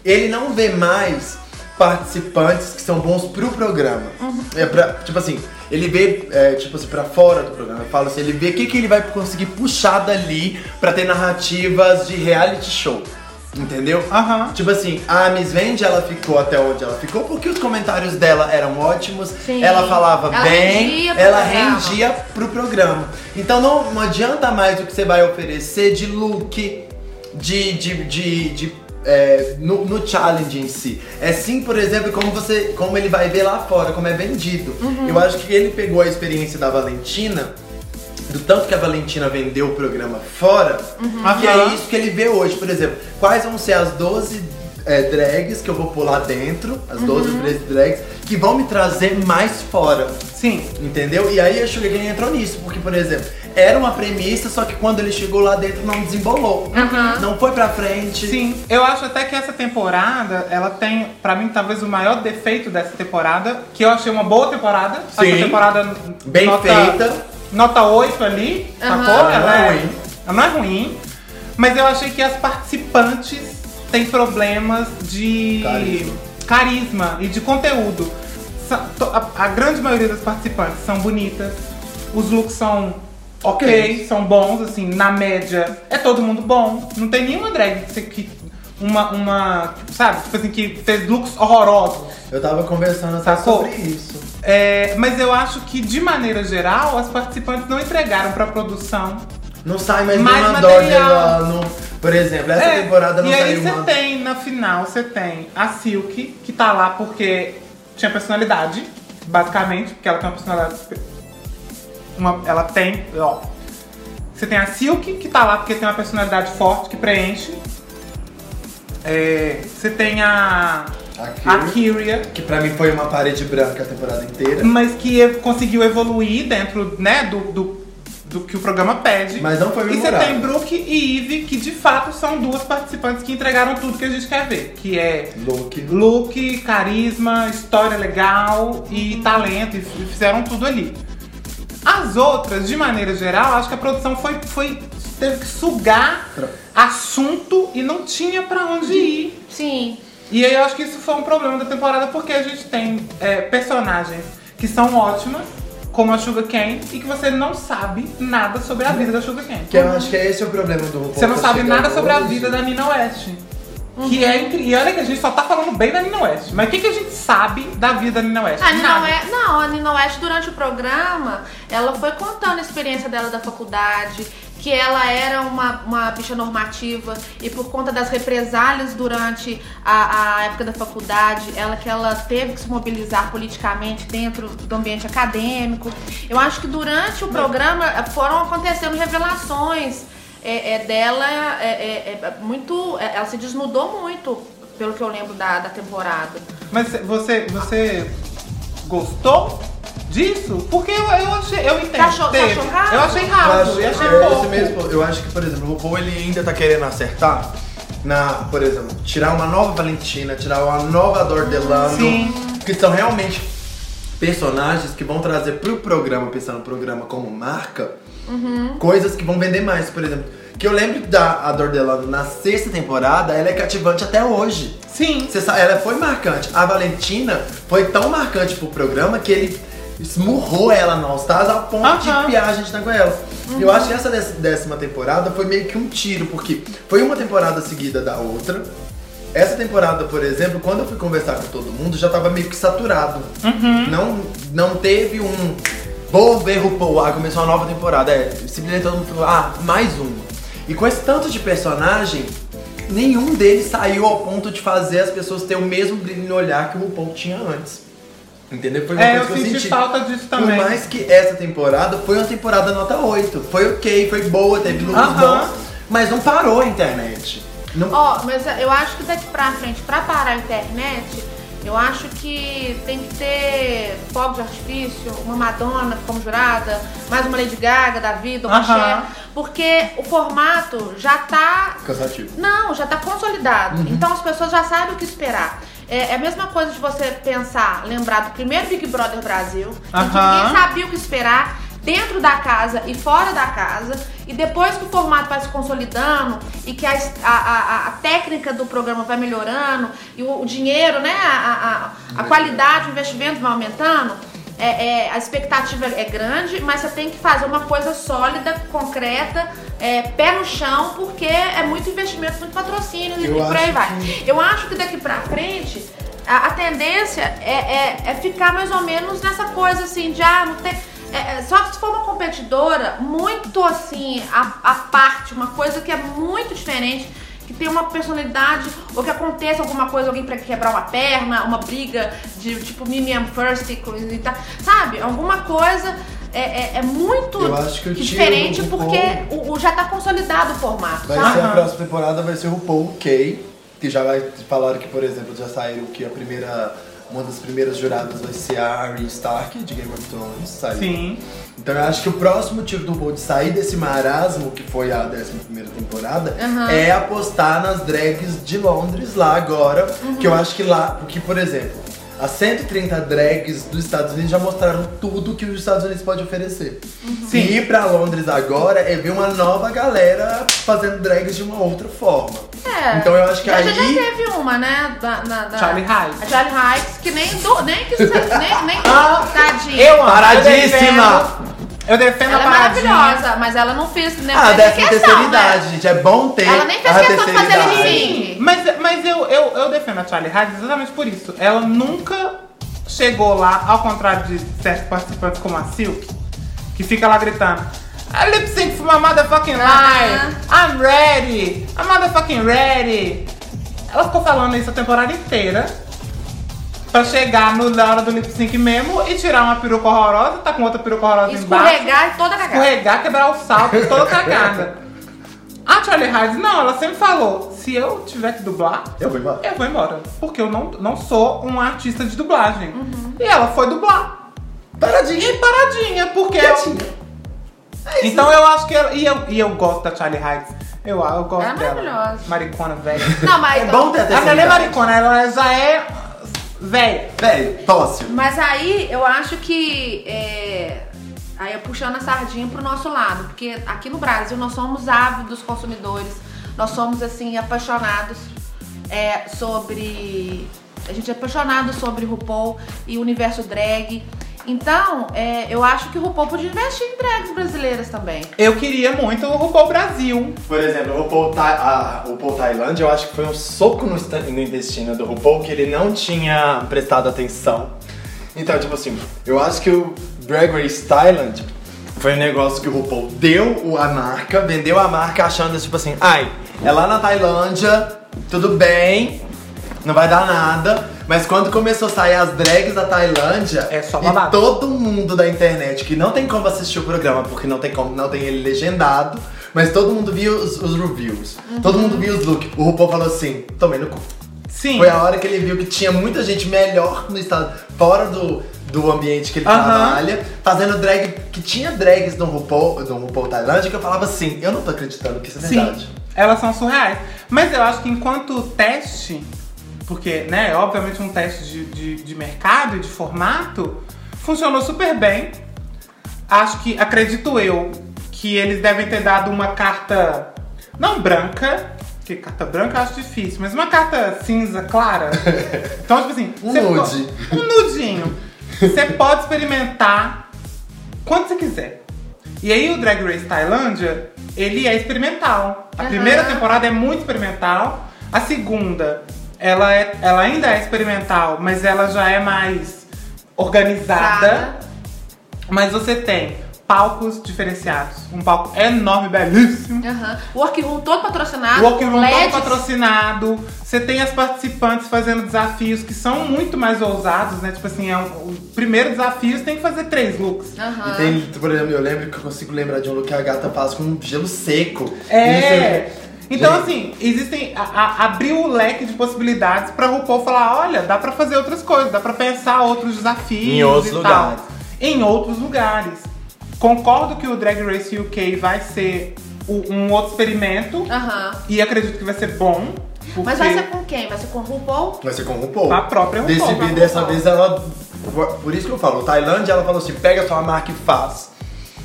B: Ele não vê mais participantes que são bons pro programa. É pra, tipo assim, ele vê, é, tipo assim, pra fora do programa. Eu falo assim, ele vê o que, que ele vai conseguir puxar dali pra ter narrativas de reality show. Entendeu?
A: Aham.
B: Tipo assim, a Miss Vende ela ficou até onde ela ficou porque os comentários dela eram ótimos,
C: Sim.
B: ela falava
C: Ela
B: bem,
C: rendia pro
B: ela
C: programa.
B: rendia pro programa. Então não, não adianta mais o que você vai oferecer de look, de. de, de, de, é, no, no challenge em si. É sim, por exemplo, como você. como ele vai ver lá fora, como é vendido. Eu acho que ele pegou a experiência da Valentina. Do tanto que a Valentina vendeu o programa fora, que é
A: Aham.
B: isso que ele vê hoje. Por exemplo, quais vão ser as 12 é, drags que eu vou pular dentro, as 12, 13 drags, que vão me trazer mais fora.
A: Sim.
B: Entendeu? E aí a Sugar Cane entrou nisso, porque, por exemplo, era uma premissa, só que quando ele chegou lá dentro não desembolou.
C: Aham.
B: Não foi pra frente.
A: Sim, eu acho até que essa temporada, ela tem, pra mim, talvez o maior defeito dessa temporada, que eu achei uma boa temporada.
B: Sim.
A: Essa temporada
B: Bem
A: nota-
B: feita.
A: Nota 8 ali,
C: Aham.
A: sacou?
B: Ela não é ruim.
A: Ela não é ruim. Mas eu achei que as participantes têm problemas de
B: Carisma.
A: carisma e de conteúdo. Sa- to- A, a grande maioria das participantes são bonitas, os looks são ok, são bons, assim, na média. É todo mundo bom. Não tem nenhuma drag que, que uma, uma, sabe, tipo assim, que fez looks horrorosos.
B: Eu tava conversando até
A: Sacou?
B: sobre isso.
A: É, mas eu acho que, de maneira geral, as participantes não entregaram pra produção.
B: Não sai mais,
A: Mais
B: nenhuma
A: material.
B: Dodge lá no- Por exemplo, essa
A: É,
B: temporada não
A: E aí
B: saiu
A: você
B: uma.
A: tem, na final, você tem a Silk, que tá lá porque tinha personalidade, basicamente, porque ela tem uma personalidade. Uma, ela tem, ó. Você tem a Silk, que tá lá porque tem uma personalidade forte que preenche. É, você tem a.
B: A
A: A
B: Kyrie.
A: Kyria,
B: Que pra mim foi uma parede branca a temporada inteira.
A: mas que ev- conseguiu evoluir dentro, né, do, do, do que o programa pede.
B: Mas não foi
A: E você
B: memorável.
A: tem Brooke e Eve, que de fato são duas participantes que entregaram tudo que a gente quer ver. Que é
B: Look.
A: look, carisma, história legal e talento. E f- fizeram tudo ali. As outras, de maneira geral, acho que a produção foi, foi teve que sugar
B: Pra-
A: assunto e não tinha pra onde ir.
C: Sim.
A: E aí eu acho que isso foi um problema da temporada porque a gente tem é, personagens que são ótimas, como a Sugar Cane, e que você não sabe nada sobre a vida da Sugar Cane.
B: Que eu acho que é esse o problema do RuPaul.
A: Você Uhum. não
B: tá
A: sabe
B: chegando
A: nada sobre a
B: hoje.
A: vida da Nina West.
C: Uhum.
A: Que é incrível. E olha que a gente só tá falando bem da Nina West. Mas o que, que a gente sabe da vida da Nina West?
C: A Nina
A: Nada.
C: West, não, a Nina West, durante o programa, ela foi contando a experiência dela da faculdade, que ela era uma, uma bicha normativa e por conta das represálias durante a, a época da faculdade, ela que ela teve que se mobilizar politicamente dentro do ambiente acadêmico. Eu acho que durante o programa eh, foram acontecendo revelações é, é dela, é, é- é muito, é- ela se desnudou muito, pelo que eu lembro da, da temporada.
A: Mas você, você gostou disso, porque eu, eu achei. Eu entendo.
C: Tá cho- tá
A: teve.
C: chocado?
A: Eu achei
B: Eu
A: errado.
B: acho,
A: Eu achei
B: é
A: pouco.
B: esse mesmo, eu acho que, por exemplo, o RuPaul ele ainda tá querendo acertar na, por exemplo, tirar uma nova Valentina, tirar uma nova Dordelano,
A: Sim.
B: que são realmente personagens que vão trazer pro programa, pensando no programa como marca, coisas que vão vender mais, por exemplo. Que eu lembro da a Dordelano na sexta temporada, ela é cativante até hoje.
A: Sim.
B: Você sabe, ela foi marcante. A Valentina foi tão marcante pro programa que ele esmurrou ela no All Stars ao ponto
A: Aham. Uhum.
B: de piar a gente na goela. Eu acho que essa dec- décima temporada foi meio que um tiro, porque foi uma temporada seguida da outra. Essa temporada, por exemplo, quando eu fui conversar com todo mundo, já tava meio que saturado.
A: Uhum.
B: Não, não teve um. Vou ver RuPaul, ah, começou uma nova temporada. É, simplesmente todo mundo falou, ah, mais uma. E com esse tanto de personagem, nenhum deles saiu ao ponto de fazer as pessoas terem o mesmo brilho no olhar que o RuPaul tinha antes. Entendeu? Foi uma
A: É,
B: coisa
A: eu
B: que eu
A: senti
B: senti.
A: falta disso
B: Por
A: também.
B: mais que essa temporada foi uma temporada nota 8. Foi ok, foi boa, teve luz
A: Aham.
B: bons, mas não parou a internet. Não
C: Ó, mas eu acho que daqui pra frente, pra parar a internet, eu acho que tem que ter fogo de artifício, uma Madonna como jurada, mais uma Lady Gaga da vida, uma
A: Aham.
C: Cher, porque o formato já tá
B: Cansativo.
C: não, já tá consolidado.
A: Uhum.
C: Então as pessoas já sabem o que esperar. É é a mesma coisa de você pensar, lembrar do primeiro Big Brother Brasil, em que
A: Aham.
C: ninguém sabia o que esperar dentro da casa e fora da casa. E depois que o formato vai se consolidando e que a, es- a- a- a- a técnica do programa vai melhorando e o, o dinheiro, né, a- a, a- a qualidade, o investimento vai aumentando, é, é, a expectativa é grande, mas você tem que fazer uma coisa sólida, concreta, é, pé no chão, porque é muito investimento, muito patrocínio e
B: Eu
C: por aí
B: acho
C: vai. Eu acho que daqui pra frente a, a tendência é, é- é ficar mais ou menos nessa coisa assim de ah, não tem. é, é, só que se for uma competidora muito assim, à à parte, uma coisa que é muito diferente que tem uma personalidade, ou que aconteça alguma coisa, alguém pra quebrar uma perna, uma briga de tipo Mimi I'm First e coisa e tal. Sabe? Alguma coisa é, é- é muito
B: Eu acho que o tiro
C: diferente
B: do
C: porque o, o já tá consolidado o formato.
B: Vai
C: sabe?
B: ser a
A: Aham.
B: próxima temporada, vai ser o Paul K, que já vai falaram que, por exemplo, já saíram que a primeira. Uma das primeiras juradas vai ser a Arya Stark de Game of Thrones, saiu.
A: Sim.
B: Então eu acho que o próximo tiro do Paul de sair desse marasmo, que foi a 11 primeira temporada,
C: Aham.
B: é apostar nas drags de Londres lá agora.
C: Uhum.
B: Que eu acho que lá, porque, por exemplo, as 130 drags dos Estados Unidos já mostraram tudo que os Estados Unidos pode oferecer.
C: Uhum.
A: Sim.
B: E ir pra Londres agora é ver uma nova galera fazendo drags de uma outra forma.
C: É.
B: Então eu acho que
C: já,
B: aí.
C: já teve uma, né? Da, na- da-
A: Charlie Hikes.
C: A Charlie Hikes, que nem do, nem que nem, nem
B: Ah,
C: tadinha.
A: Ah, Eu amo.
B: Paradíssima!
A: Eu defendo, eu defendo
C: Ela é
A: a paradinha.
C: maravilhosa, mas ela não fez nem
B: Ah,
C: fez
B: décima
C: questão,
B: terceira
C: né?
B: idade, gente. É bom ter.
C: Ela nem fez
B: a
C: questão de fazer
B: terceira idade.
C: lip-sync.
A: Sim, mas, mas eu, eu, eu defendo a Charlie Hades exatamente por isso. Ela nunca chegou lá, ao contrário de certos participantes como a Silk, que fica lá gritando. I lip sync for my motherfucking
C: Ah.
A: life. I'm ready. I'm motherfucking ready. Ela ficou falando isso a temporada inteira. Pra chegar no, na hora do lip sync mesmo e tirar uma peruca horrorosa, tá com outra peruca horrorosa embaixo
C: Escorregar e toda cagada.
A: escorregar, quebrar o salto, toda cagada. A Charlie Hyde, não, ela sempre falou: se eu tiver que dublar,
B: Eu vou embora.
A: eu vou embora. Porque eu não, não sou um artista de dublagem.
C: Uhum.
A: E ela foi dublar.
B: Paradinha.
A: E paradinha, porque.
B: Quietinha.
A: Então eu acho que ela. E eu, e eu gosto da Charlie Hyde. Eu, eu gosto
C: Ela é
A: dela.
C: maravilhosa.
A: Maricona velha.
C: Não, mas
B: É bom ter a
A: Ela
B: terceira
A: não é
B: idade.
A: maricona, ela já é velha.
B: Velho, fóssil.
C: Mas aí eu acho que. é, Aí eu puxando a sardinha pro nosso lado, porque aqui no Brasil nós somos ávidos consumidores, nós somos assim, apaixonados é, sobre. A gente é apaixonado sobre RuPaul e universo drag. Então, é, eu acho que o RuPaul podia investir em drags brasileiras também.
A: Eu queria muito o RuPaul Brasil.
B: Por exemplo, o RuPaul, Ta- a- o RuPaul Tailândia, eu acho que foi um soco no, esta- no intestino do RuPaul que ele não tinha prestado atenção. Então, tipo assim, eu acho que o Drag Race Thailand foi um negócio que o RuPaul deu o- a marca, vendeu a marca achando, tipo assim, ai, é lá na Tailândia, tudo bem, não vai dar nada. Mas quando começou a sair as drags da Tailândia,
A: É só
B: e
A: babado.
B: todo mundo da internet que não tem como assistir o programa, porque não tem como, não tem ele legendado, mas todo mundo viu os, os reviews.
A: Uhum.
B: Todo mundo viu os looks. O RuPaul falou assim, tomei no cu.
A: Sim.
B: Foi a hora que ele viu que tinha muita gente melhor no estado, fora do, do ambiente que ele
A: Aham.
B: trabalha, fazendo drag, que tinha drags do RuPaul, do RuPaul Tailândia, que eu falava assim, eu não tô acreditando que isso é verdade.
A: Elas são surreais. Mas eu acho que enquanto teste, porque, né, é obviamente um teste de, de, de mercado e de formato, funcionou super bem. Acho que, acredito eu, que eles devem ter dado uma carta, não branca, porque carta branca eu acho difícil, mas uma carta cinza clara. Então, tipo assim,
B: Um
A: você po-
B: nude.
A: um nudinho. Você pode experimentar quando você quiser. E aí o Drag Race Tailândia, ele é experimental. A
C: Aham.
A: primeira temporada é muito experimental. A segunda, ela, é, ela ainda é experimental, mas ela já é mais organizada. Mas você tem palcos diferenciados. Um palco enorme, belíssimo.
C: Aham. Workroom todo patrocinado.
A: Walking
C: com
A: Room todo
C: Ah, LEDs.
A: patrocinado. Você tem as participantes fazendo desafios que são muito mais ousados, né? Tipo assim, é um- o primeiro desafio você tem que fazer três looks.
C: Aham.
B: E tem, por exemplo, eu lembro que eu consigo lembrar de um look que a gata faz com gelo seco.
A: É.
B: Isso
A: Então,
B: Gente.
A: assim, existem. a- a- abriu o leque de possibilidades pra RuPaul falar: olha, dá pra fazer outras coisas, dá pra pensar outros desafios.
B: Em outros
A: e
B: lugares.
A: Tal. Em outros lugares. Concordo que o Drag Race UK vai ser o- um outro experimento.
C: Aham.
A: E acredito que vai ser bom. Porque
C: Mas vai ser com quem? Vai ser com o RuPaul?
B: Vai ser com o RuPaul.
A: A própria RuPaul,
B: Desse-
A: vai
B: Dessa
A: RuPaul.
B: vez ela. Por isso que eu falo, Tailândia ela falou assim: pega sua marca e faz.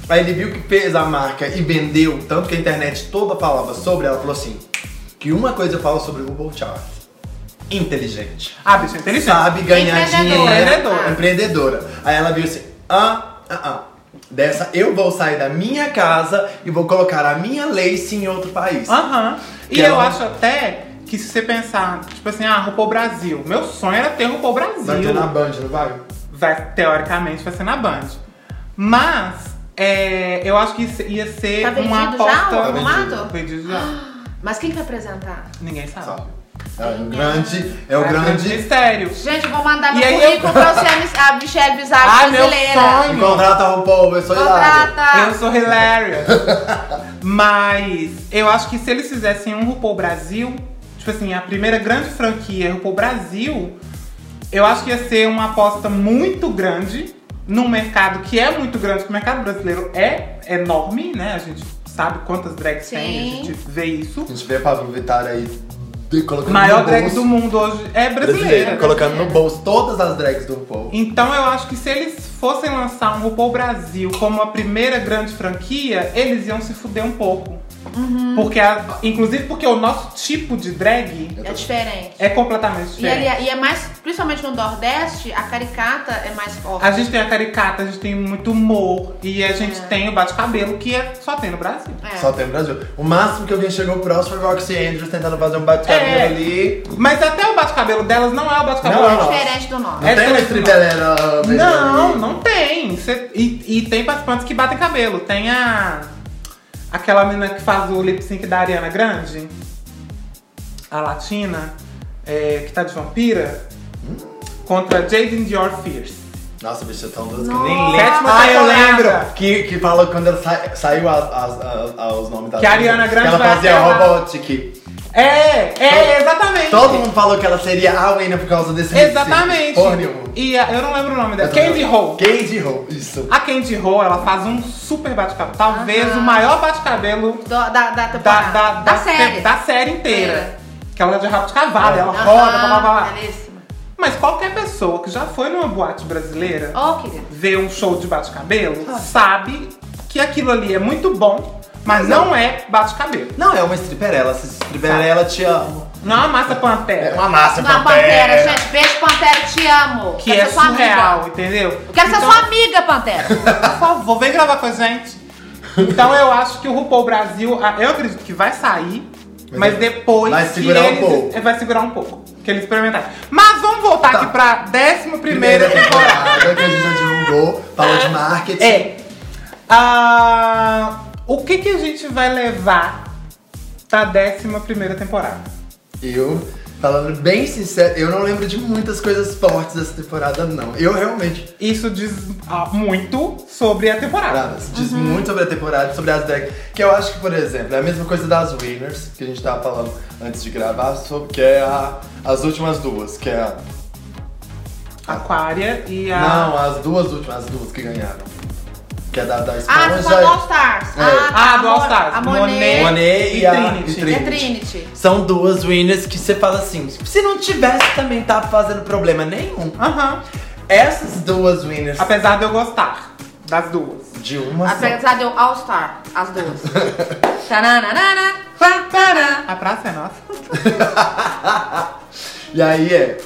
B: Aí ele viu que fez a marca e vendeu, tanto que a internet toda falava sobre, ela falou assim: que uma coisa eu falo sobre o RuPaul Chart. Inteligente.
A: Ah, bicho, é inteligente.
B: Sabe ganhar dinheiro.
C: Empreendedora.
A: Empreendedora.
B: Empreendedora. Aí ela viu assim: ah, ah, ah. Dessa eu vou sair da minha casa e vou colocar a minha lace em outro país.
A: Aham. E
B: Que
A: eu
B: ela-
A: acho até que se você pensar, tipo assim, ah, RuPaul Brasil. Meu sonho era ter RuPaul Brasil.
B: Vai ter na Band, não vai?
A: Vai, teoricamente vai ser na Band. Mas é, eu acho que isso ia ser
C: Tá vendido
A: uma
C: já
A: aposta. Tá
C: o formato?
A: vendido já.
C: Mas quem que vai apresentar?
A: Ninguém sabe.
B: Sabe? É o grande, é o
A: Vai ser um
B: grande.
A: mistério.
C: Gente, vou mandar meu
A: E aí eu-
C: currículo pra você a Miss- a Michelle Visage
A: Ah, meu
C: brasileira.
A: sonho.
B: Me contrata é a RuPaul, eu sou hilário.
A: Eu
C: Contrata!
A: sou hilária. Mas eu acho que se eles fizessem um RuPaul Brasil, tipo assim, a primeira grande franquia RuPaul Brasil, eu acho que ia ser uma aposta muito grande num mercado que é muito grande, que o mercado brasileiro é enorme, né? A gente sabe quantas drags tem, a
C: Sim.
A: gente vê isso.
B: A gente vê a Pablo Vittar aí de- colocando
A: Maior
B: no
A: drag
B: bolso,
A: do mundo hoje é brasileira.
B: Colocando no bolso todas as drags do RuPaul.
A: Então eu acho que se eles fossem lançar um RuPaul Brasil como a primeira grande franquia, eles iam se fuder um pouco.
C: Uhum.
A: Porque a- inclusive porque o nosso tipo de drag
C: É diferente.
A: é completamente
C: E, ali-
A: diferente.
C: e é mais, principalmente no Nordeste, a caricata é mais forte.
A: A gente tem a caricata, a gente tem muito humor e a gente
C: É.
A: tem o bate-cabelo que é só tem no Brasil.
C: É.
B: Só tem o Brasil. O máximo que alguém chegou próximo foi Roxy Andrews tentando fazer um bate-cabelo
A: É.
B: ali.
A: Mas até o bate-cabelo delas não é o bate-cabelo.
B: Não, não.
C: Diferente do
B: Não
C: nosso.
A: É
B: tem uma
A: tudo.
B: estribelera.
A: Não, não tem. Cê- e, e tem participantes que batem cabelo. Tem a. Aquela menina que faz o lip sync da Ariana Grande, a latina, é, que tá de vampira, contra Jaden Dior Fierce.
B: Nossa, bicho, são duas que
C: Nossa.
B: nem
A: Sétima
B: Ah, eu
A: temporada.
B: lembro! Que, que fala quando ela sai- saiu as, as- as- as- os nomes da
A: Que a Ariana Grande
B: ela
A: vai
B: fazia
A: até lá.
B: Robotic.
A: É, é, exatamente.
B: Todo mundo falou que ela seria a Wayne por causa desse lip sync.
A: Exatamente.
B: Porra nenhuma.
A: E a- eu não lembro o nome dela.
B: Eu também
A: Candy
B: não.
A: Ho.
B: Candy Ho, isso.
A: A Candy Ho, ela faz um super bate-cabelo. Talvez
C: Aham.
A: o maior bate-cabelo
C: Do- da, Tá. da
A: É. da,
C: temporada.
A: da, da
C: série.
A: da série inteira.
C: É.
A: Que ela é de rabo de cavalo, ela
C: Aham,
A: roda, blá blá blá.
C: belíssima.
A: Mas qualquer pessoa que já foi numa boate brasileira
C: Ó, querida.
A: ver um show de bate-cabelo
C: Ah.
A: sabe que aquilo ali é muito bom, mas não é bate-cabelo.
B: Não, é uma stripperella. Se stripperella, te amo.
A: Não é uma massa
B: É
A: pantera,
B: uma massa,
C: Não, Pantera, gente. Beijo, Pantera, te amo.
A: que
C: Quero
A: é
C: ser sua amiga.
A: surreal, entendeu?
C: Eu quero ser
A: Então,
C: sua amiga, Pantera.
A: Por favor, vem gravar com a gente. Então eu acho que o RuPaul Brasil, ah, eu acredito que vai sair,
B: Mas é-
A: mas depois
B: vai
A: que
B: segurar um
A: eles-
B: pouco.
A: é, Vai segurar um pouco, que eles experimentarem. Mas vamos voltar
B: Tá.
A: aqui pra décima
B: Primeira
A: primeira temporada.
B: temporada que a gente já divulgou. Falou de marketing.
A: É. Ah, o que, que a gente vai levar da décima primeira temporada?
B: Eu, falando bem sincero, eu não lembro de muitas coisas fortes dessa temporada, não. Eu realmente.
A: Isso diz ah, muito sobre a temporada.
B: Bradas, diz muito sobre a temporada, sobre as drags. Que eu acho que, por exemplo, é a mesma coisa das winners, que a gente tava falando antes de gravar, sobre, que é a- as últimas duas, que é a
A: Aquária e a.
B: Não, as duas últimas, as duas que ganharam. Que é da, da
C: Ah. Ah,
B: Esponja.
C: você falou do tá, All Stars.
B: É.
A: Ah,
C: a
A: do
C: Mo-
A: All Stars.
C: A
A: Monet.
C: Monet.
B: Monet e,
A: E
B: a
A: Trinity.
B: e
C: E
B: Trinity.
C: a É Trinity.
D: São duas winners que você fala assim, se não tivesse também
B: tá
D: tava fazendo problema nenhum.
A: Aham.
D: Essas duas winners
A: Apesar de eu gostar das duas.
D: de uma só.
C: Apesar de eu All Star, é as duas. Tananana, pá, pará.
A: A praça é nossa.
B: E aí é,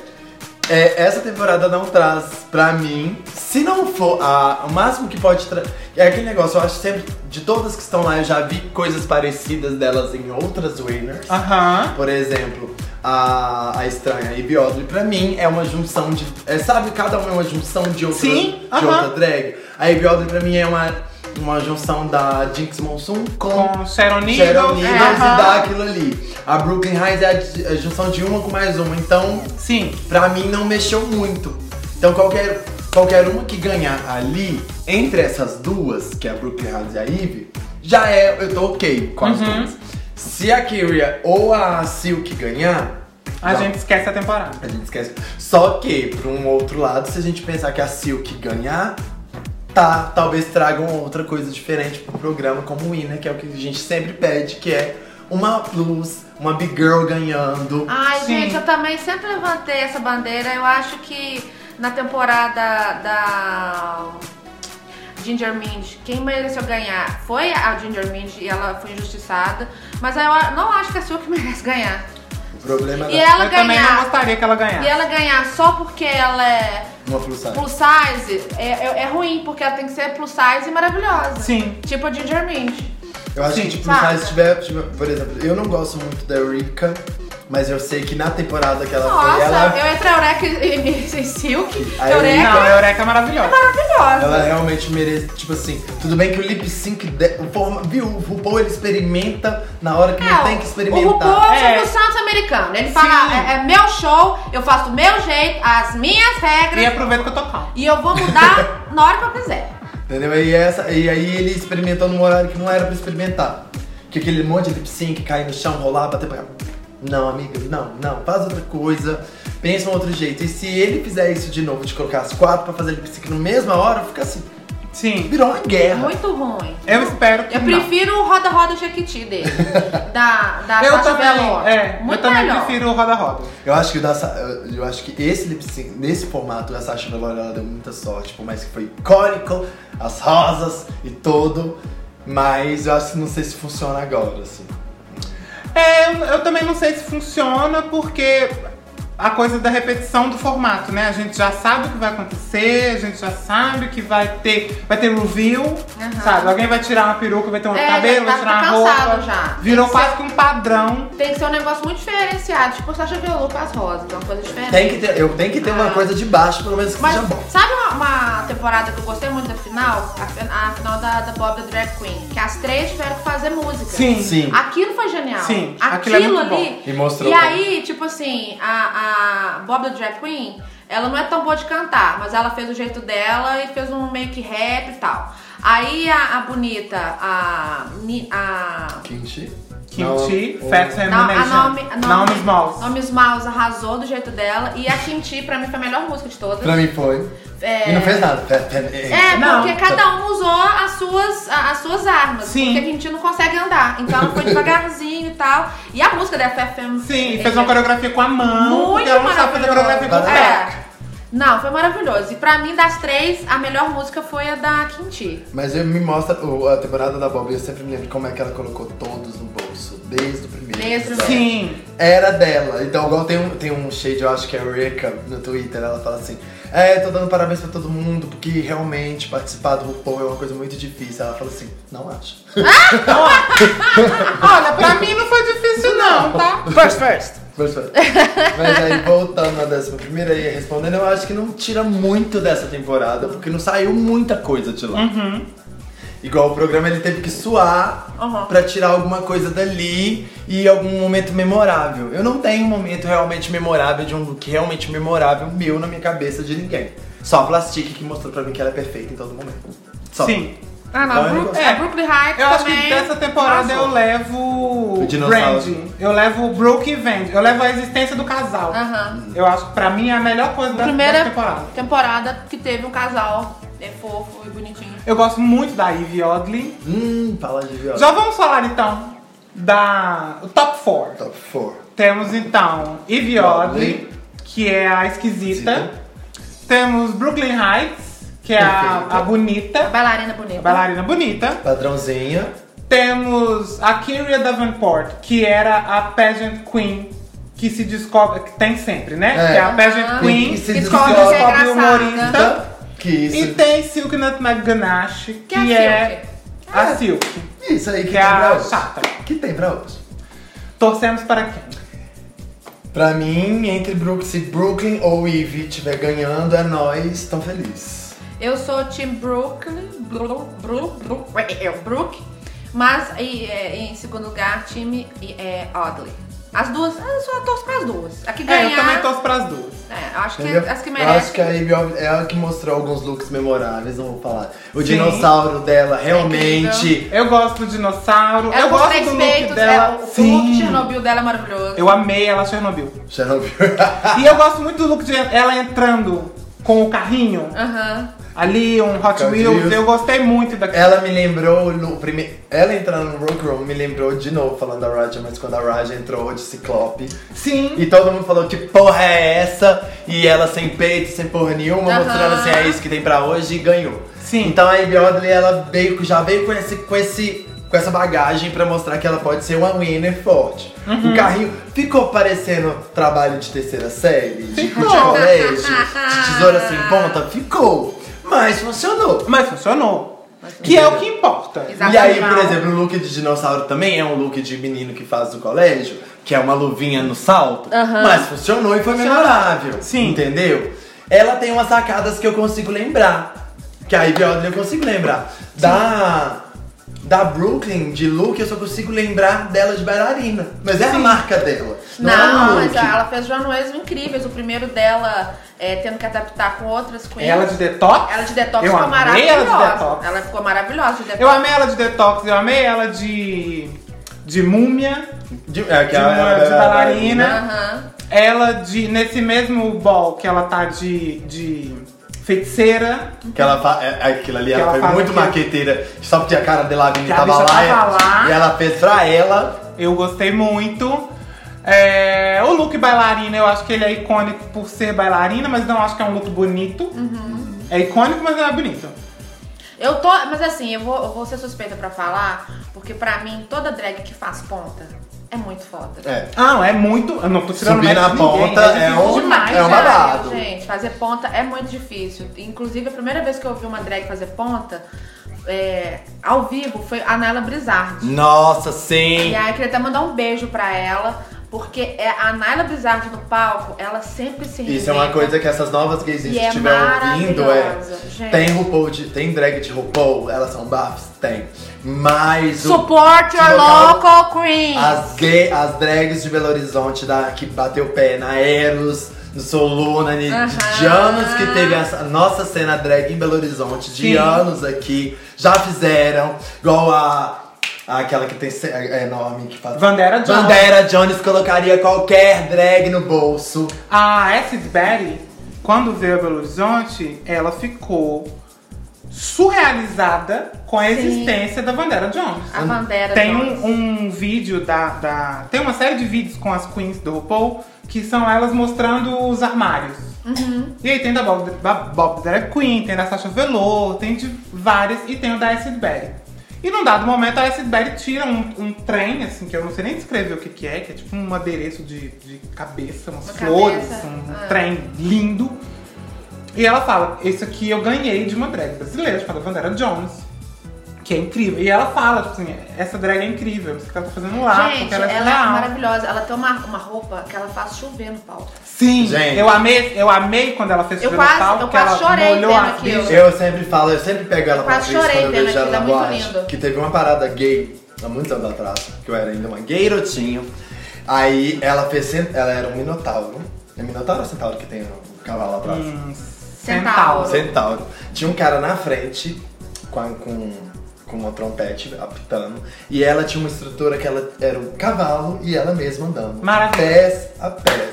B: é, Essa temporada não traz pra mim. Se não for a, o máximo que pode trazer. É aquele negócio, eu acho sempre. De todas que estão lá, eu já vi coisas parecidas delas em outras winners.
A: Aham.
B: Por exemplo, a, a estranha e Biodri, pra mim, é uma junção de. É, sabe, cada uma é uma junção de outra,
A: Sim,
B: de
A: aham.
B: outra drag. A Biodri, pra mim, é uma, uma junção da Jinx Monsoon com
A: Com Sharon Needles.
B: Sharon Needles
A: é,
B: e
A: aham.
B: dá aquilo ali. A Brooklyn Heights é a di- a junção de uma com mais uma, então
A: Sim.
B: pra mim não mexeu muito. Então qualquer, qualquer uma que ganhar ali, entre essas duas, que é a Brooklyn Heights e a Ivy, já é, eu tô ok com as
A: Uhum.
B: duas. Se a Kyria ou a Silk ganhar,
A: A
B: não,
A: gente esquece a temporada.
B: a gente esquece. Só que, por um outro lado, se a gente pensar que a Silk ganhar, tá, talvez tragam outra coisa diferente pro programa, como o Ina, que é o que a gente sempre pede, que é uma plus, uma big girl ganhando.
C: Ai,
A: Sim.
C: gente, eu também sempre levantei essa bandeira. Eu acho que na temporada da Ginger Mint, quem mereceu ganhar foi a Ginger Mint e ela foi injustiçada. Mas eu a- não acho que é a Silk merece ganhar.
B: O problema
C: E
B: é
C: ela
A: eu também não
C: ganhar.
A: gostaria que ela
C: E
A: ganhasse.
C: ela ganhar só porque ela é
B: uma plus size.
C: plus size é, é- é ruim, porque ela tem que ser plus size e maravilhosa.
A: Sim.
C: Tipo a Ginger Mint.
B: Eu acho
A: Sim,
B: que, tipo,
C: sabe?
B: se tiver, tipo, por exemplo, eu não gosto muito da Eureka, mas eu sei que na temporada que ela
C: Nossa,
B: foi, ela,
C: eu entre a Eureka e, e, e Silk.
B: Aí-
C: Eureka
A: Não, a
C: é
A: Eureka é maravilhosa.
C: maravilhosa.
B: ela realmente merece, tipo assim, tudo bem que o lip sync, de, o forma, viu, o RuPaul ele experimenta na hora que
C: É,
B: não tem que
C: O RuPaul
B: experimentar.
C: é o
A: É.
C: Silvio Santos americano. Ele fala, é, é meu show, eu faço do meu jeito, as minhas regras,
A: E é aproveita que eu tô calma.
C: e eu vou mudar na hora que eu quiser.
B: Entendeu? E, essa, e aí ele experimentou num horário que não era pra experimentar. Que aquele monte de lip sync cair no chão, rolar, bater pra Não, amiga, não, não, faz outra coisa, pensa um outro jeito. E se ele fizer isso de novo, de colocar as quatro pra fazer lip sync na mesma hora, fica assim,
A: Sim.
B: virou uma
C: É
B: guerra.
C: muito ruim.
A: Eu espero que
C: Eu
A: não.
C: prefiro o Roda Roda Jequiti dele. da da
A: Eu
C: Sasha
A: também,
C: Velour.
A: é,
C: Muito
A: eu também
C: melhor.
A: prefiro o Roda Roda.
B: Eu acho que o da Sa- eu- eu acho que esse lip sync, nesse formato, a Sasha Velour ela deu muita sorte, por mais que foi icônico, as rosas e todo, mas eu acho que não sei se funciona agora, assim.
A: É, eu, eu também não sei se funciona, porque a coisa da repetição do formato, né? A gente já sabe o que vai acontecer, a gente já sabe que vai ter, vai ter review, sabe? Alguém vai tirar uma peruca, vai ter um
C: É,
A: cabelo,
C: já tá
A: vai tirar uma
C: cansado
A: roupa.
C: já.
A: Virou
C: Tem que
A: quase que um padrão.
C: Tem que ser um negócio muito diferenciado, tipo Sasha Velour com as rosas, é uma coisa diferente.
B: Tem que ter, eu tenho que ter uma coisa de baixo, pelo menos que
C: Ah. Mas
A: um
B: seja bom.
C: sabe uma, uma temporada que eu gostei muito da final? A, fin- a final da, da Bob the Drag Queen. Que as três tiveram que fazer música.
A: Sim.
B: Sim.
C: Aquilo foi genial.
A: Sim,
C: Aquilo,
A: aquilo é muito
C: ali.
A: bom.
B: E mostrou
C: E
B: como.
C: aí, tipo assim, a, a Bob the Drag Queen, ela não é tão boa de cantar, mas ela fez o jeito dela e fez um make rap e tal. Aí a, a bonita, a. Ni- a
B: Kimchi.
A: Kimchi,
B: Não,
A: Fat
C: não, a
A: Femination.
C: Naomi, a
A: Naomi Smalls.
C: Naomi Smalls arrasou do jeito dela. E a Kimchi, pra mim, foi a melhor música de todas.
B: Pra mim foi.
C: É.
B: E não fez nada. Fat Fem-
C: É,
A: Não.
C: porque cada um usou as suas, a- as suas armas.
A: Sim.
C: Porque a gente não consegue andar. Então foi devagarzinho e tal. E a música da FFM.
A: Sim, e fez uma coreografia então, com a mão.
C: Muito
A: porque ela não sabe fazer coreografia com o
C: é maravilhosa.
A: pé.
C: É. Não, foi maravilhoso. E pra mim, das três, a melhor música foi a da Quinti.
B: Mas eu me mostra o- a temporada da Bob, eu sempre me lembro como é que ela colocou todos no bolso, desde o primeiro.
C: Desde o
B: episódio.
A: Sim.
B: Era dela. Então, igual tem um, tem um shade, eu acho que é Eureka no Twitter, ela fala assim: É, tô dando parabéns pra todo mundo, porque realmente participar do RuPaul é uma coisa muito difícil. Ela fala assim: Não acho.
A: Olha, pra mim não foi difícil não, tá? First, first.
B: Mas foi. Mas aí, voltando à décima primeira e respondendo, eu acho que não tira muito dessa temporada, porque não saiu muita coisa de lá.
A: Uhum.
B: Igual o programa, ele teve que suar
C: Uhum.
B: pra tirar alguma coisa dali e algum momento memorável. Eu não tenho um momento realmente memorável de um look realmente memorável meu na minha cabeça de ninguém. Só a Plastique que mostrou pra mim que ela é perfeita em todo momento. Só.
A: Sim.
C: Ah, não, a,
B: Vai,
C: Brook,
B: é.
C: a Brooklyn Heights
A: Eu acho
C: também.
A: que dessa temporada é
C: arrasou.
A: eu levo
B: O dinossauro.
A: Brandy. Eu levo Brooke e Vandy. Eu levo a existência do casal.
C: Aham.
A: Eu acho que pra mim é a melhor coisa da,
C: Primeira
A: da temporada.
C: temporada que teve um casal é fofo e bonitinho.
A: Eu gosto muito da Ivy Oddly.
B: Hum, fala de viola.
A: Já vamos falar então da o top 4.
B: Top 4.
A: Temos então Ivy Oddly, que é a esquisita.
B: Esquisita.
A: Temos Brooklyn Heights, que é a,
B: Perfeita.
A: a bonita,
C: Bailarina bonita.
A: a bailarina bonita.
B: Padrãozinha.
A: Temos a Kyria Davenport, que era a pageant queen, que se descobre, que tem sempre, né?
B: É.
A: Que é a pageant queen,
B: Que se
A: que
B: descobre
A: descobre
B: que é
A: descobre
C: Ah. engraçada.
A: humorista.
B: Que isso.
A: E tem Silk Nut McGanache, que,
C: Que
A: é
C: é
A: a Silk.
B: Isso aí, que,
A: Que é
B: tem pra
A: a
B: hoje?
A: chata.
B: que tem pra hoje?
A: Torcemos para quem?
B: Pra mim, entre Brooks se Brooklyn ou Eve estiver ganhando, é nós tão feliz.
C: Eu sou o time Brooklyn. Bru, Bru, Bru, eu, Brook. é, Mas e, é, em segundo lugar, time é, Oddly. As duas, eu só torço pras duas. A que ganhar.
A: É, eu também torço para as duas.
C: é, eu acho que
B: entendeu?
C: as que
B: Eu acho
C: merecem.
B: que a Eve é a que mostrou alguns looks memoráveis, não vou falar. O
A: Sim.
B: dinossauro dela
C: É
B: realmente.
A: Eu gosto do dinossauro,
C: Ela
A: eu
C: com os
A: gosto
C: três
A: do look
C: peitos,
A: dela.
C: é, o o look de
A: Sim.
C: Chernobyl dela é maravilhoso.
A: Eu amei ela Chernobyl.
B: Já não viu?
A: e eu gosto muito do look de ela entrando com o carrinho.
C: Aham.
A: Ali, um Hot
B: Hot
A: Wheels,
B: Wheels.
A: eu gostei muito daquele.
B: Ela me lembrou no primeiro. Ela entrando no Rock Room me lembrou de novo falando da Raja, mas quando a Raja entrou de Ciclope.
A: Sim.
B: E todo mundo falou que porra é essa? E ela sem peito, sem porra nenhuma,
C: Aham.
B: mostrando assim, é isso que tem pra hoje e ganhou.
A: Sim.
B: Então a Ivy Odley, ela veio, já veio com esse, com esse. com essa bagagem pra mostrar que ela pode ser uma winner forte.
A: Uhum.
B: O carrinho ficou parecendo trabalho de terceira série, de, de
A: Ficou.
B: colégio, de tesoura sem ponta, ficou. Mas funcionou.
A: Mas funcionou. que é o que importa.
C: Exato.
B: E aí, por exemplo, o look de dinossauro também é um look de menino que faz do colégio, que é uma luvinha no salto,
C: Aham.
B: mas funcionou e foi memorável.
A: Sim.
B: Entendeu? Ela tem umas sacadas que eu consigo lembrar. Que a Ivy Odley eu consigo lembrar. Da. Da Brooklyn, de look, eu só consigo lembrar dela de bailarina. Mas é a marca dela. Não, é
C: Não,
B: um
C: mas
B: look.
C: ela fez jornalismo incríveis. O primeiro dela é, tendo que adaptar com outras queens.
A: Ela de detox.
C: Ela de detox
A: eu
C: ficou
A: amei
C: maravilhosa.
A: ela de detox.
C: Ela ficou maravilhosa de detox.
A: Eu amei ela de detox, eu amei ela de. de múmia,
B: De, é,
A: de, uma- de bailarina.
C: Aham.
A: Ela de. nesse mesmo ball que ela tá de. de feiticeira.
B: Que ela fa... é, Aquilo ali,
A: Que
B: ela,
A: ela
B: foi
A: fala
B: muito
A: que-
B: maqueteira. Só porque a cara dela
A: Que a
B: tava,
A: bicha
B: lá,
A: tava
B: e-
A: lá.
B: E ela fez pra ela.
A: Eu gostei muito. É, o look bailarina, eu acho que ele é icônico por ser bailarina, mas não acho que é um look bonito. É icônico, mas não é bonito.
C: Eu tô. Mas assim, eu vou, eu vou ser suspeita pra falar, porque pra mim toda drag que faz ponta é muito foda.
B: É.
A: Ah, não, é muito. Eu não tô tirando
B: Subir
A: mais
B: na
A: de ninguém,
B: ponta é
A: difícil
B: um-
A: demais.
B: é um
C: né?
B: babado.
C: Gente, fazer ponta é muito difícil. Inclusive, a primeira vez que eu vi uma drag fazer ponta é, ao vivo foi a Nayla Brizard.
B: Nossa, sim!
C: E aí eu queria até mandar um beijo pra ela, porque é- a Nayla Brizard no palco, ela sempre se
B: Isso é uma
C: reinventa.
B: coisa que essas novas gays que
C: E é
B: estiver ouvindo é.
C: maravilhosa, gente.
B: Tem RuPaul de, tem drag de RuPaul, elas são bafas? Tem. Mas o-
C: Support your
B: Se local-
C: local queen!
B: as, gay, as drags de Belo Horizonte da, que bateu pé na Eros, no Soluna, de,
C: Aham.
B: de anos que teve essa- a nossa cena drag em Belo Horizonte, de
A: Sim.
B: anos aqui, já fizeram, igual a. Aquela que tem ce- é enorme que faz.
A: Vandera Jones.
B: Vandera Jones colocaria qualquer drag no bolso.
A: A Acid Betty, quando veio a Belo Horizonte, ela ficou surrealizada com a existência da Vandera Jones.
C: a bandeira
A: Tem
C: Jones.
A: um, um vídeo da, da- Tem uma série de vídeos com as queens do RuPaul que são elas mostrando os armários.
C: Uhum.
A: E aí tem da Bob, da Bob Drag Queen, tem da Sasha Velour, tem de várias e tem o da Acid Betty. E num dado momento a Acid Betty tira um, um trem, assim, que eu não sei nem descrever o que, que é, que é tipo um adereço de, de cabeça, umas
C: Uma
A: flores,
C: cabeça,
A: um
C: ah.
A: trem lindo. E ela fala: Isso aqui eu ganhei de uma drag brasileira, chamada Vandera Jones. Que é incrível. E ela fala, tipo assim, essa drag é incrível, isso que ela tá fazendo lá,
C: Gente,
A: porque
C: ela,
A: ela é
C: é
A: surreal.
C: maravilhosa. Ela tem uma, uma roupa que ela faz chover no palco.
A: Sim,
B: Gente.
A: eu amei, eu amei quando ela fez
C: Eu
A: o
C: quase-
A: Natal,
C: eu
A: que
C: quase
A: ela
C: chorei
A: molhou
C: vendo
A: as
C: aquilo.
A: bichas.
B: Eu sempre falo, eu sempre pego ela
C: Eu
B: pra
C: quase
B: atriz quando
C: chorei
B: eu
C: vendo
B: vejo ela
C: aquilo,
B: na
C: é muito
B: boate.
C: lindo.
B: Que teve uma parada gay há muitos anos atrás, que eu era ainda uma gayrotinho. Aí ela fez. cent- Ela era um minotauro. É minotauro ou centauro que tem o cavalo atrás?
A: Hum,
C: Centauro.
B: Centauro. Tinha um cara na frente, com, a- com com uma trompete apitando. E ela tinha uma estrutura que ela era um cavalo e ela mesma andando.
A: Maravilha.
B: Pés a pés.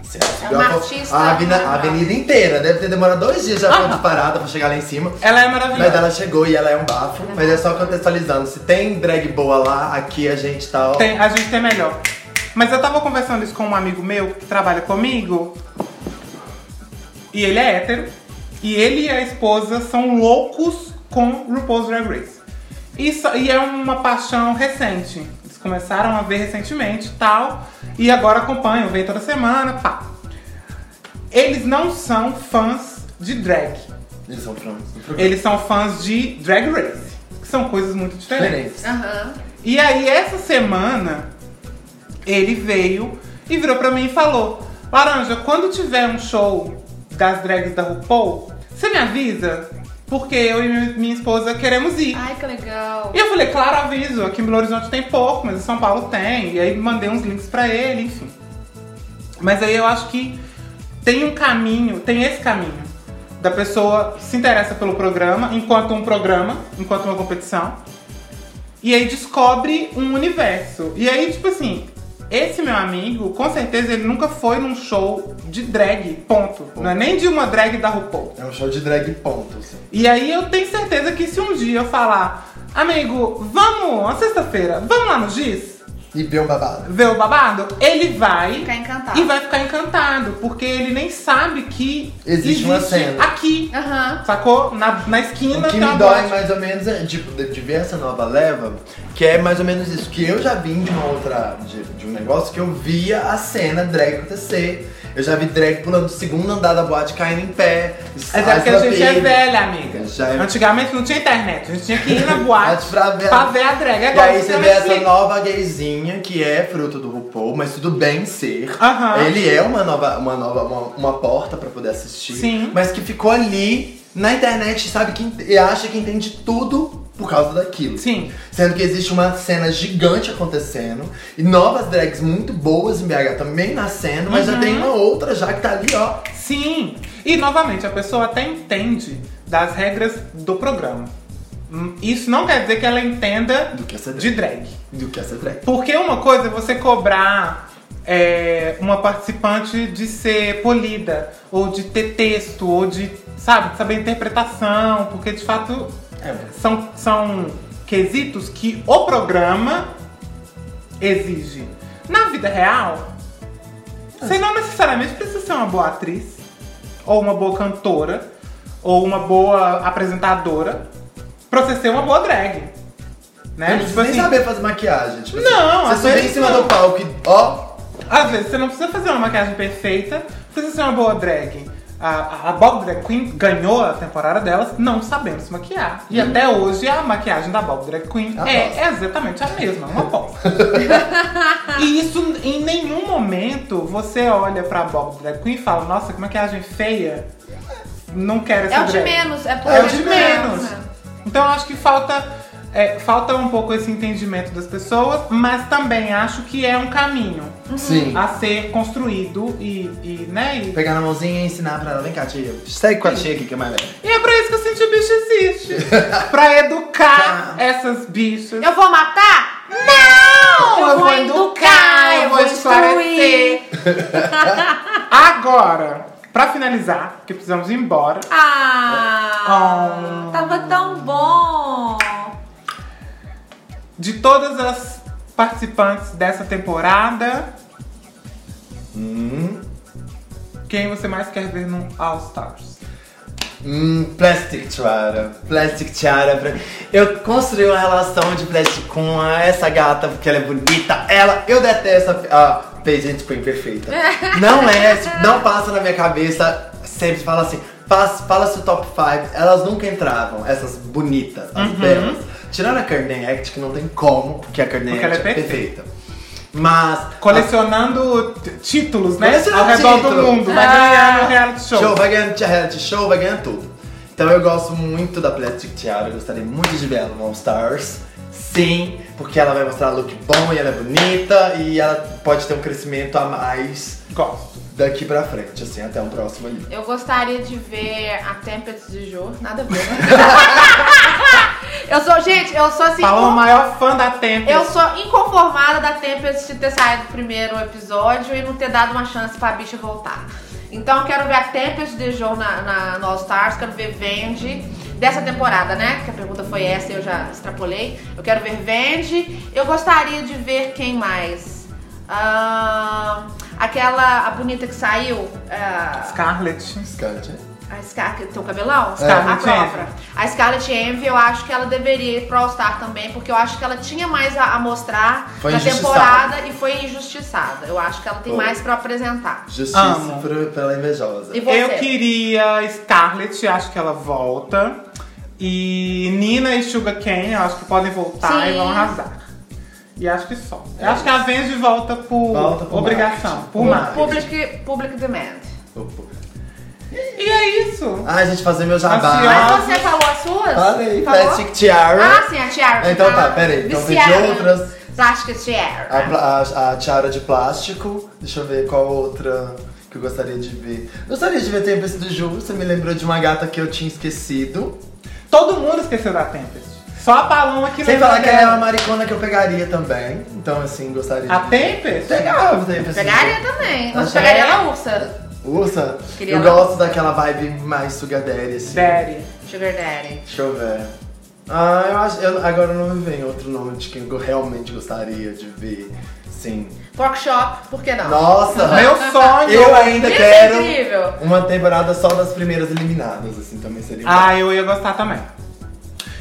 B: Assim, ela subiu
C: uma
B: a-
C: É um artista
B: a, avena- a
C: natural.
B: avenida inteira. Deve ter demorado dois dias já pra parada pra chegar lá em cima.
A: Ela é
B: Mas
A: maravilhosa.
B: ela chegou e ela é um bafo. Mas é só contextualizando. Se tem drag boa lá, aqui a gente tá. ó.
A: Tem- a gente tem melhor. Mas eu tava conversando isso com um amigo meu que trabalha comigo. E ele é hétero. E ele e a esposa são loucos com RuPaul's Drag Race. Isso, e é uma paixão recente. Eles começaram a ver recentemente e tal. E agora acompanham, vem toda semana, pá. Eles não são fãs de drag.
B: Eles são prontos.
A: Eles são fãs de Drag Race. Que são coisas muito diferentes.
B: Diferentes.
C: Aham.
A: E aí, essa semana, ele veio e virou pra mim e falou: Laranja, quando tiver um show das drags da RuPaul, você me avisa? Porque eu e minha- minha esposa queremos ir.
C: Ai, que legal.
A: E eu falei, claro, aviso, aqui em Belo Horizonte tem pouco, mas em São Paulo tem. E aí mandei uns links pra ele, enfim. Mas aí eu acho que tem um caminho, tem esse caminho da pessoa se interessa pelo programa, enquanto um programa, enquanto uma competição. E aí descobre um universo. E aí, tipo assim, esse meu amigo, com certeza ele nunca foi num show de drag, ponto. Não é nem de uma drag da RuPaul.
B: É um show de drag ponto, assim.
A: E aí eu tenho certeza que se um dia eu falar, amigo, vamos, uma sexta-feira, vamos lá no Giz
B: E ver um babado.
A: ver o babado, ele vai
C: Ficar encantado.
A: e vai ficar encantado, porque ele nem sabe que
B: Existe uma cena.
A: aqui,
C: Aham.
A: sacou? Na, na esquina
B: O que
A: tem
B: me
A: uma
B: dói
A: boate.
B: mais ou menos é, tipo, de, de ver essa nova leva, que é mais ou menos isso. Que eu já vim de uma outra. de, de um negócio que eu via a cena drag acontecer. Eu já vi drag pulando do segundo andar da boate caindo em pé.
A: Mas é porque a gente é velha, amiga.
B: Já é-
A: Antigamente não tinha internet, a gente tinha que ir na
B: Mas
A: boate
B: pra ver-
A: pra ver a drag.
B: E
A: Agora tá
B: aí você
A: tem
B: vê essa
A: Netflix.
B: nova gayzinha que é fruto do RuPaul, mas tudo bem ser.
A: Aham.
B: Ele é uma nova, uma nova, uma, uma porta pra poder assistir.
A: Sim.
B: Mas que ficou ali na internet, sabe? Que, ent- e acha que entende tudo por causa daquilo.
A: Sim.
B: Sendo que existe uma cena gigante acontecendo e novas drags muito boas em BH também nascendo, mas
A: Uhum.
B: já tem uma outra já que tá ali, ó.
A: Sim! E novamente, a pessoa até entende das regras do programa. Hum, Isso não quer dizer que ela entenda
B: Do que é essa drag.
A: de drag.
B: Do que essa drag.
A: Porque uma coisa é você cobrar é, uma participante de ser polida, ou de ter texto, ou de, sabe, de saber interpretação, porque de fato
B: É.
A: são, são quesitos que o programa exige. Na vida real, você não necessariamente precisa ser uma boa atriz, ou uma boa cantora, ou uma boa apresentadora, pra você ser uma boa drag. Né?
B: Não precisa nem saber fazer maquiagem. Tipo
A: Não,
B: assim,
A: às
B: você subir em
A: vezes
B: cima
A: não.
B: do palco e, ó,
A: Às vezes você não precisa fazer uma maquiagem perfeita, precisa ser uma boa drag. A, a, a Bob Drag Queen ganhou a temporada delas não sabendo se maquiar. E até hoje a maquiagem da Bob Drag Queen
B: Ah,
A: é exatamente a mesma, uma bosta. e isso em nenhum momento você olha pra Bob Drag Queen e fala, nossa, que maquiagem feia. Não quero essa
C: É o de
A: drag.
C: menos, é né? por
A: É o de
C: menos.
A: menos. Então eu acho que falta, é, falta um pouco esse entendimento das pessoas, mas também acho que é um caminho
B: Sim.
A: a ser construído e, e, né? E,
B: Pegar na mãozinha e ensinar pra ela. Vem cá, tia. Segue com a tia aqui que é mais velha.
A: e é pra isso que o Sentir Bicho existe. pra educar essas bichas.
C: Eu vou matar? Não!
A: Eu vou educar, eu vou esclarecer. Agora, pra finalizar, porque precisamos ir embora.
C: Ah, tava tão bom.
A: De todas as participantes dessa temporada,
B: Hum.
A: quem você mais quer ver no All Stars?
B: Hum, plastic tiara. Plastic tiara. pra- Eu construí uma relação de plastic com a- essa gata porque ela é bonita. Ela, eu detesto a, a Pageant Queen perfeita. Não é, não passa na minha cabeça. Sempre fala assim, faz- fala se o top 5. Elas nunca entravam, essas bonitas,
A: Uhum.
B: as belas. Tirando a Carden Act, que não tem como, porque a Carden Act
A: Porque ela
B: é
A: é
B: perfeita. Mas.
A: Colecionando t- títulos, né?
B: Colecionando
A: Ao redor do
B: título.
A: mundo. Vai
C: Ah.
A: ganhar no reality
B: Show.
A: show.
B: vai ganhando reality show, vai ganhando tudo. Então eu gosto muito da Plastic Tiara, eu gostaria muito de ver ela no All Stars. Sim, porque ela vai mostrar look bom e ela é bonita e ela pode ter um crescimento a mais
A: Gosto.
B: daqui pra frente, assim, até um próximo ali.
C: Eu gostaria de ver a Tempest de Jo, nada a ver. né? Eu sou, gente, eu sou assim.
A: Falou o
C: um-
A: maior fã da Tempest.
C: Eu sou inconformada da Tempest de ter saído do primeiro episódio e não ter dado uma chance pra bicha voltar. Então eu quero ver a Tempest de João na, na, no All Stars, quero ver Vende dessa temporada, né? Que a pergunta foi essa e eu já extrapolei. Eu quero ver Vende. Eu gostaria de ver quem mais? Ah, aquela, a bonita que saiu. ah,
A: Scarlett.
B: Scarlett.
C: a Scar, que tem o
B: É,
C: cabelão? a
A: Scarlett
C: própria.
A: Envy.
C: A Scarlett Envy, eu acho que ela deveria ir pro All Star também, porque eu acho que ela tinha mais a, a mostrar
B: Foi
C: na
B: injustiçada.
C: temporada e foi injustiçada. Eu acho que ela tem
B: Foi.
C: mais pra apresentar.
B: Justiça
A: Amo.
B: pro, pela invejosa.
C: E você?
A: Eu queria Scarlett, acho que ela volta. E Nina e Sugar Ken, eu acho que podem voltar
C: Sim.
A: e vão arrasar. E acho que só. Eu acho que a Venge volta por,
B: É Volta por
A: obrigação,
B: marketing.
A: por
B: Por
A: marketing.
C: Public, public demand.
B: Opa.
A: E é isso.
B: Ai, gente, fazer meu jabá.
A: Assim, ó.
C: Mas você falou as suas?
B: Ah, Falei,
C: Falou?
B: Plastic Tiara.
C: Ah, sim, a Tiara.
B: Então tá,
C: Ah,
B: peraí, então
C: viciada
B: vejo outras. Ah,
C: Plástica Tiara.
B: A, pla- a- a tiara de plástico. Deixa eu ver qual outra que eu gostaria de ver. Gostaria de ver Tempest do Ju. Você me lembrou de uma gata que eu tinha esquecido.
A: Todo mundo esqueceu da Tempest. Só a Paloma que
B: Sem
A: lembra
B: falar que ela é
A: dela.
B: uma maricona que eu pegaria também. Então, assim, gostaria
A: A
B: de.
A: Tempest?
B: Pegava o Tempest. do Ju.
C: Pegaria também. Mas
B: Achei.
C: pegaria ela ursa.
B: Tá Ursa?
C: Queria
B: eu
C: ela.
B: gosto daquela vibe mais sugadere, assim.
A: Daddy.
C: Sugar Daddy.
B: Deixa eu ver. Ah, eu acho. eu- agora não me vem outro nome de quem eu realmente gostaria de ver. Sim.
C: Pork Shop, por que não?
B: Nossa!
A: Meu sonho.
B: Eu ainda
C: Isso é
B: quero
C: incrível.
B: uma temporada só das primeiras eliminadas, assim, também seria.
A: Ah, eu ia gostar também.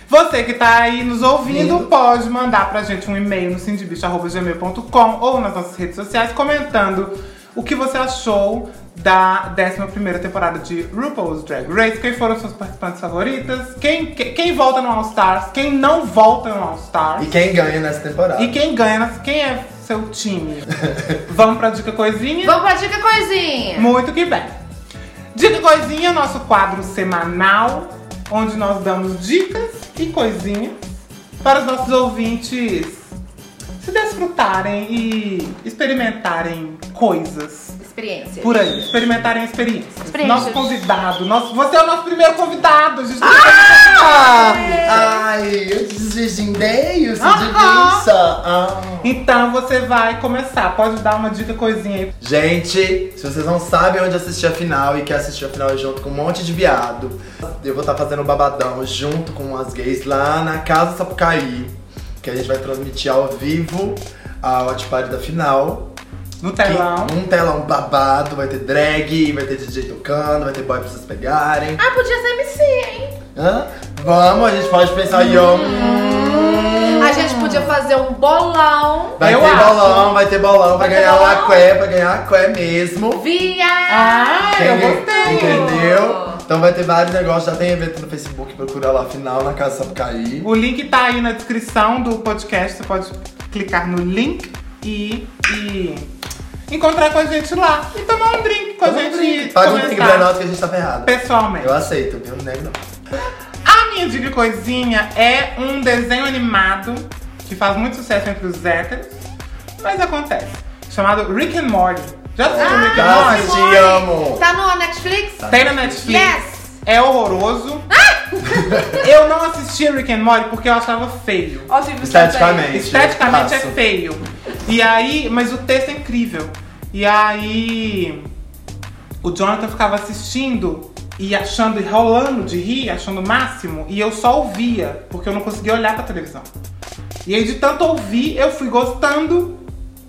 A: Você que tá aí nos ouvindo,
B: Lindo.
A: pode mandar pra gente um e-mail no cindybicho.gmail.com ou nas nossas redes sociais comentando o que você achou da 11ª temporada de RuPaul's Drag Race, quem foram suas participantes favoritas, quem, que- quem volta no All Stars, quem não volta no All Stars
B: E quem ganha nessa temporada?
A: e quem ganha, quem é seu time. Vamos pra dica coisinha?
C: Vamos pra dica coisinha.
A: Muito que bem. Dica Coisinha, nosso quadro semanal, onde nós damos dicas e coisinhas para os nossos ouvintes se desfrutarem e experimentarem coisas
C: Experiência.
A: por aí, experimentarem experiências.
C: Experiências.
A: Nosso convidado, nosso, você é o nosso primeiro convidado, a gente tem
B: Ah! Ai, eu desvirgindei, se divisa. Ah.
A: Então você vai começar, pode dar uma dica coisinha aí.
B: Gente, se vocês não sabem onde assistir a final e quer assistir a final junto com um monte de viado, eu vou estar fazendo um babadão junto com as gays lá na Casa Sapucaí, que a gente vai transmitir ao vivo a hot party da final.
A: no telão.
B: Que- Um telão babado, vai ter drag, vai ter DJ tocando, vai ter boy pra vocês pegarem.
C: Ah, podia ser MC, hein?
B: Hã? Vamos, a gente pode pensar em um.
C: A gente podia fazer um bolão.
B: Vai
A: Hum. Eu
B: ter
A: acho.
B: bolão, vai ter bolão, vai
C: Vai ter
B: ganhar o
C: bolão?
B: aqué, vai ganhar aqué mesmo.
C: Via!
A: Ah, eu gostei!
B: Entendeu? Então vai ter vários negócios, já tem evento no Facebook, procura lá, final na Casa Sapucaí.
A: O link tá aí na descrição do podcast, você pode clicar no link e, e encontrar com a gente lá. E tomar um drink com a gente. e
B: Paga um
A: conversar
B: drink pra nós que a gente tá ferrado.
A: Pessoalmente.
B: Eu aceito, viu? Não nego não.
A: A minha dica coisinha é um desenho animado que faz muito sucesso entre os héteros, mas acontece. Chamado Rick and Morty. Já assistiu Rick and
B: Ah, já
A: Morty?
B: assisti,
C: Ah, Simone,
B: amo.
C: Tá no Netflix?
A: Tem na Netflix.
C: Yes!
A: É horroroso. eu não assisti Rick and Morty porque eu achava feio.
C: Ó, o Silvio Santos aí.
B: Esteticamente.
A: Esteticamente é
B: passo.
A: feio. E aí, mas o texto é incrível. E aí, o Jonathan ficava assistindo e achando, e rolando de rir, achando o máximo, e eu só ouvia, porque eu não conseguia olhar pra televisão. E aí, de tanto ouvir, eu fui gostando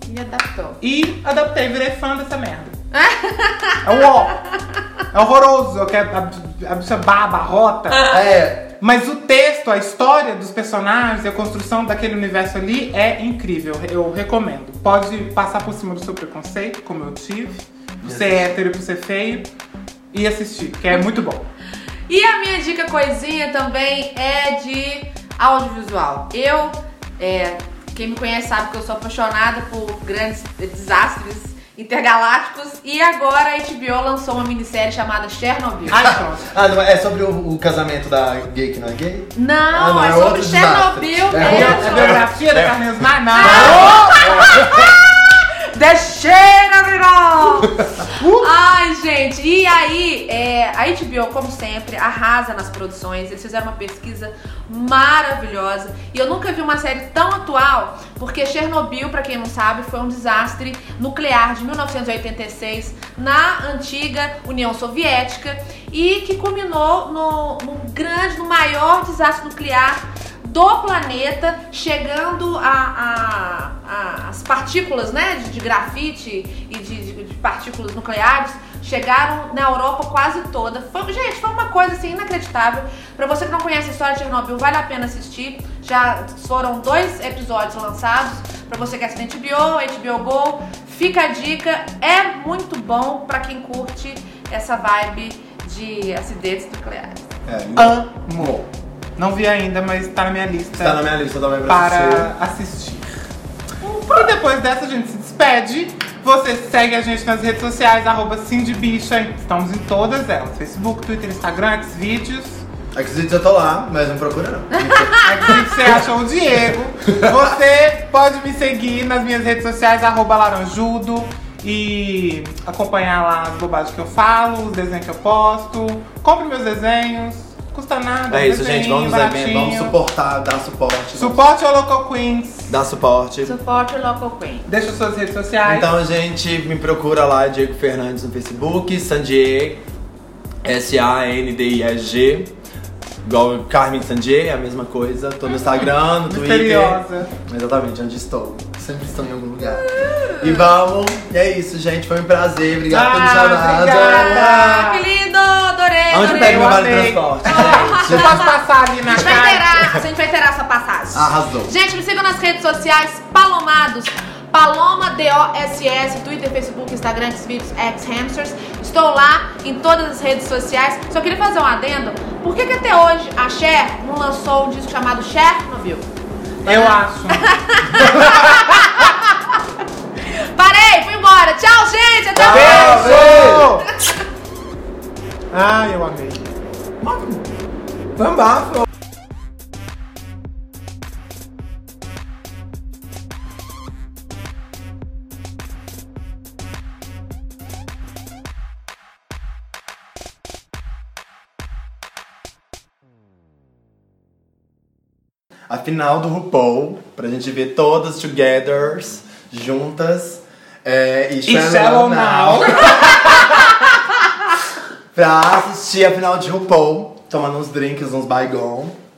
C: Me adaptou.
A: e adaptei, virei fã dessa merda. é o ó. É horroroso, eu quero, a, a bicha baba, rota.
B: É,
A: Mas o texto, a história dos personagens e a construção daquele universo ali é incrível. Eu recomendo. Pode passar por cima do seu preconceito, como eu tive, por ser hétero e por ser feio, e assistir, que é muito bom.
C: E a minha dica coisinha também é de audiovisual. Eu, é, quem me conhece sabe que eu sou apaixonada por grandes desastres intergalácticos. E agora a HBO lançou uma minissérie chamada Chernobyl.
A: Ai, pronto.
B: ah, não, é sobre o, o casamento da gay que não é gay?
C: Não,
B: Ah, não,
C: é
B: é
C: sobre
B: outro desastre.
C: Chernobyl
B: É
A: É a
C: mesmo.
A: biografia da Carmen Osmar? Não!
C: The Chernobyl! Ai, gente, e aí, é, a HBO, como sempre, arrasa nas produções. Eles fizeram uma pesquisa maravilhosa. E eu nunca vi uma série tão atual, porque Chernobyl, pra quem não sabe, foi um desastre nuclear de 1986 na antiga União Soviética e que culminou no, no grande, no maior desastre nuclear do planeta, chegando a, a- a- as partículas né, de, de grafite e de, de- de partículas nucleares, chegaram na Europa quase toda. Foi- gente, foi uma coisa assim inacreditável. Pra você que não conhece a história de Chernobyl, vale a pena assistir. Já foram dois episódios lançados. Pra você que é assiste HBO, HBO Go, fica a dica. É muito bom pra quem curte essa vibe de acidentes nucleares.
B: É,
A: Ah. Amo. Não vi ainda, mas tá na minha lista.
B: Tá na minha lista também pra assistir.
A: para assistir. E depois dessa a gente se despede. Você segue a gente nas redes sociais, arroba Cindy Bicha. Estamos em todas elas. Facebook, Twitter, Instagram, Xvideos.
B: Acredito que eu tô lá, mas não procura não.
A: Aqui É você acha o Diego. Você pode me seguir nas minhas redes sociais, arroba Laranjudo. E acompanhar lá as bobagens que eu falo, os desenhos que eu posto. Compre meus desenhos. Custa nada.
B: É isso,
A: desenho,
B: gente. Vamos nos eventos,
A: baratinho.
B: vamos suportar, dar suporte.
A: Suporte ao Local Queens.
B: Dar suporte.
C: Suporte o Local Queen.
A: Deixa suas redes sociais.
B: Então, gente, me procura lá, Diego Fernandes no Facebook, Sandier, S-A-N-D-I-E-G. Igual Carmen Sandier, é a mesma coisa. Tô no Instagram, no Twitter.
A: Misteriosa.
B: Exatamente, onde estou. Sempre estou em algum lugar. E vamos, e é isso, gente. Foi um prazer. Obrigado pelo
A: Ah,
B: chamado.
A: obrigada.
C: Ah, que lindo! Adorei,
B: Onde pega
C: adorei.
A: eu
B: meu vale
A: amei.
B: transporte?
A: Você
B: gente?
A: pode passar ali na
C: A gente vai
A: cara.
C: inteirar, a gente vai inteirar essa passagem.
B: Arrasou.
C: Gente, me sigam nas redes sociais Palomados. Paloma D-O-S-S, Twitter, Facebook, Instagram, Xvideos, Xhamsters. Estou lá em todas as redes sociais. Só queria fazer um adendo. Por que, que até hoje a Cher não lançou um disco chamado Chernobyl?
A: Eu acho.
C: Parei, fui embora. Tchau, gente. Até mais.
A: Beijo! Ah, eu amei.
B: Foi um bafo. A final do RuPaul, pra gente ver todas togethers, juntas. É, e
A: E
B: Shallow
A: Shallow
B: Now
A: Now.
B: pra assistir a final de RuPaul, tomando uns drinks, uns baigon.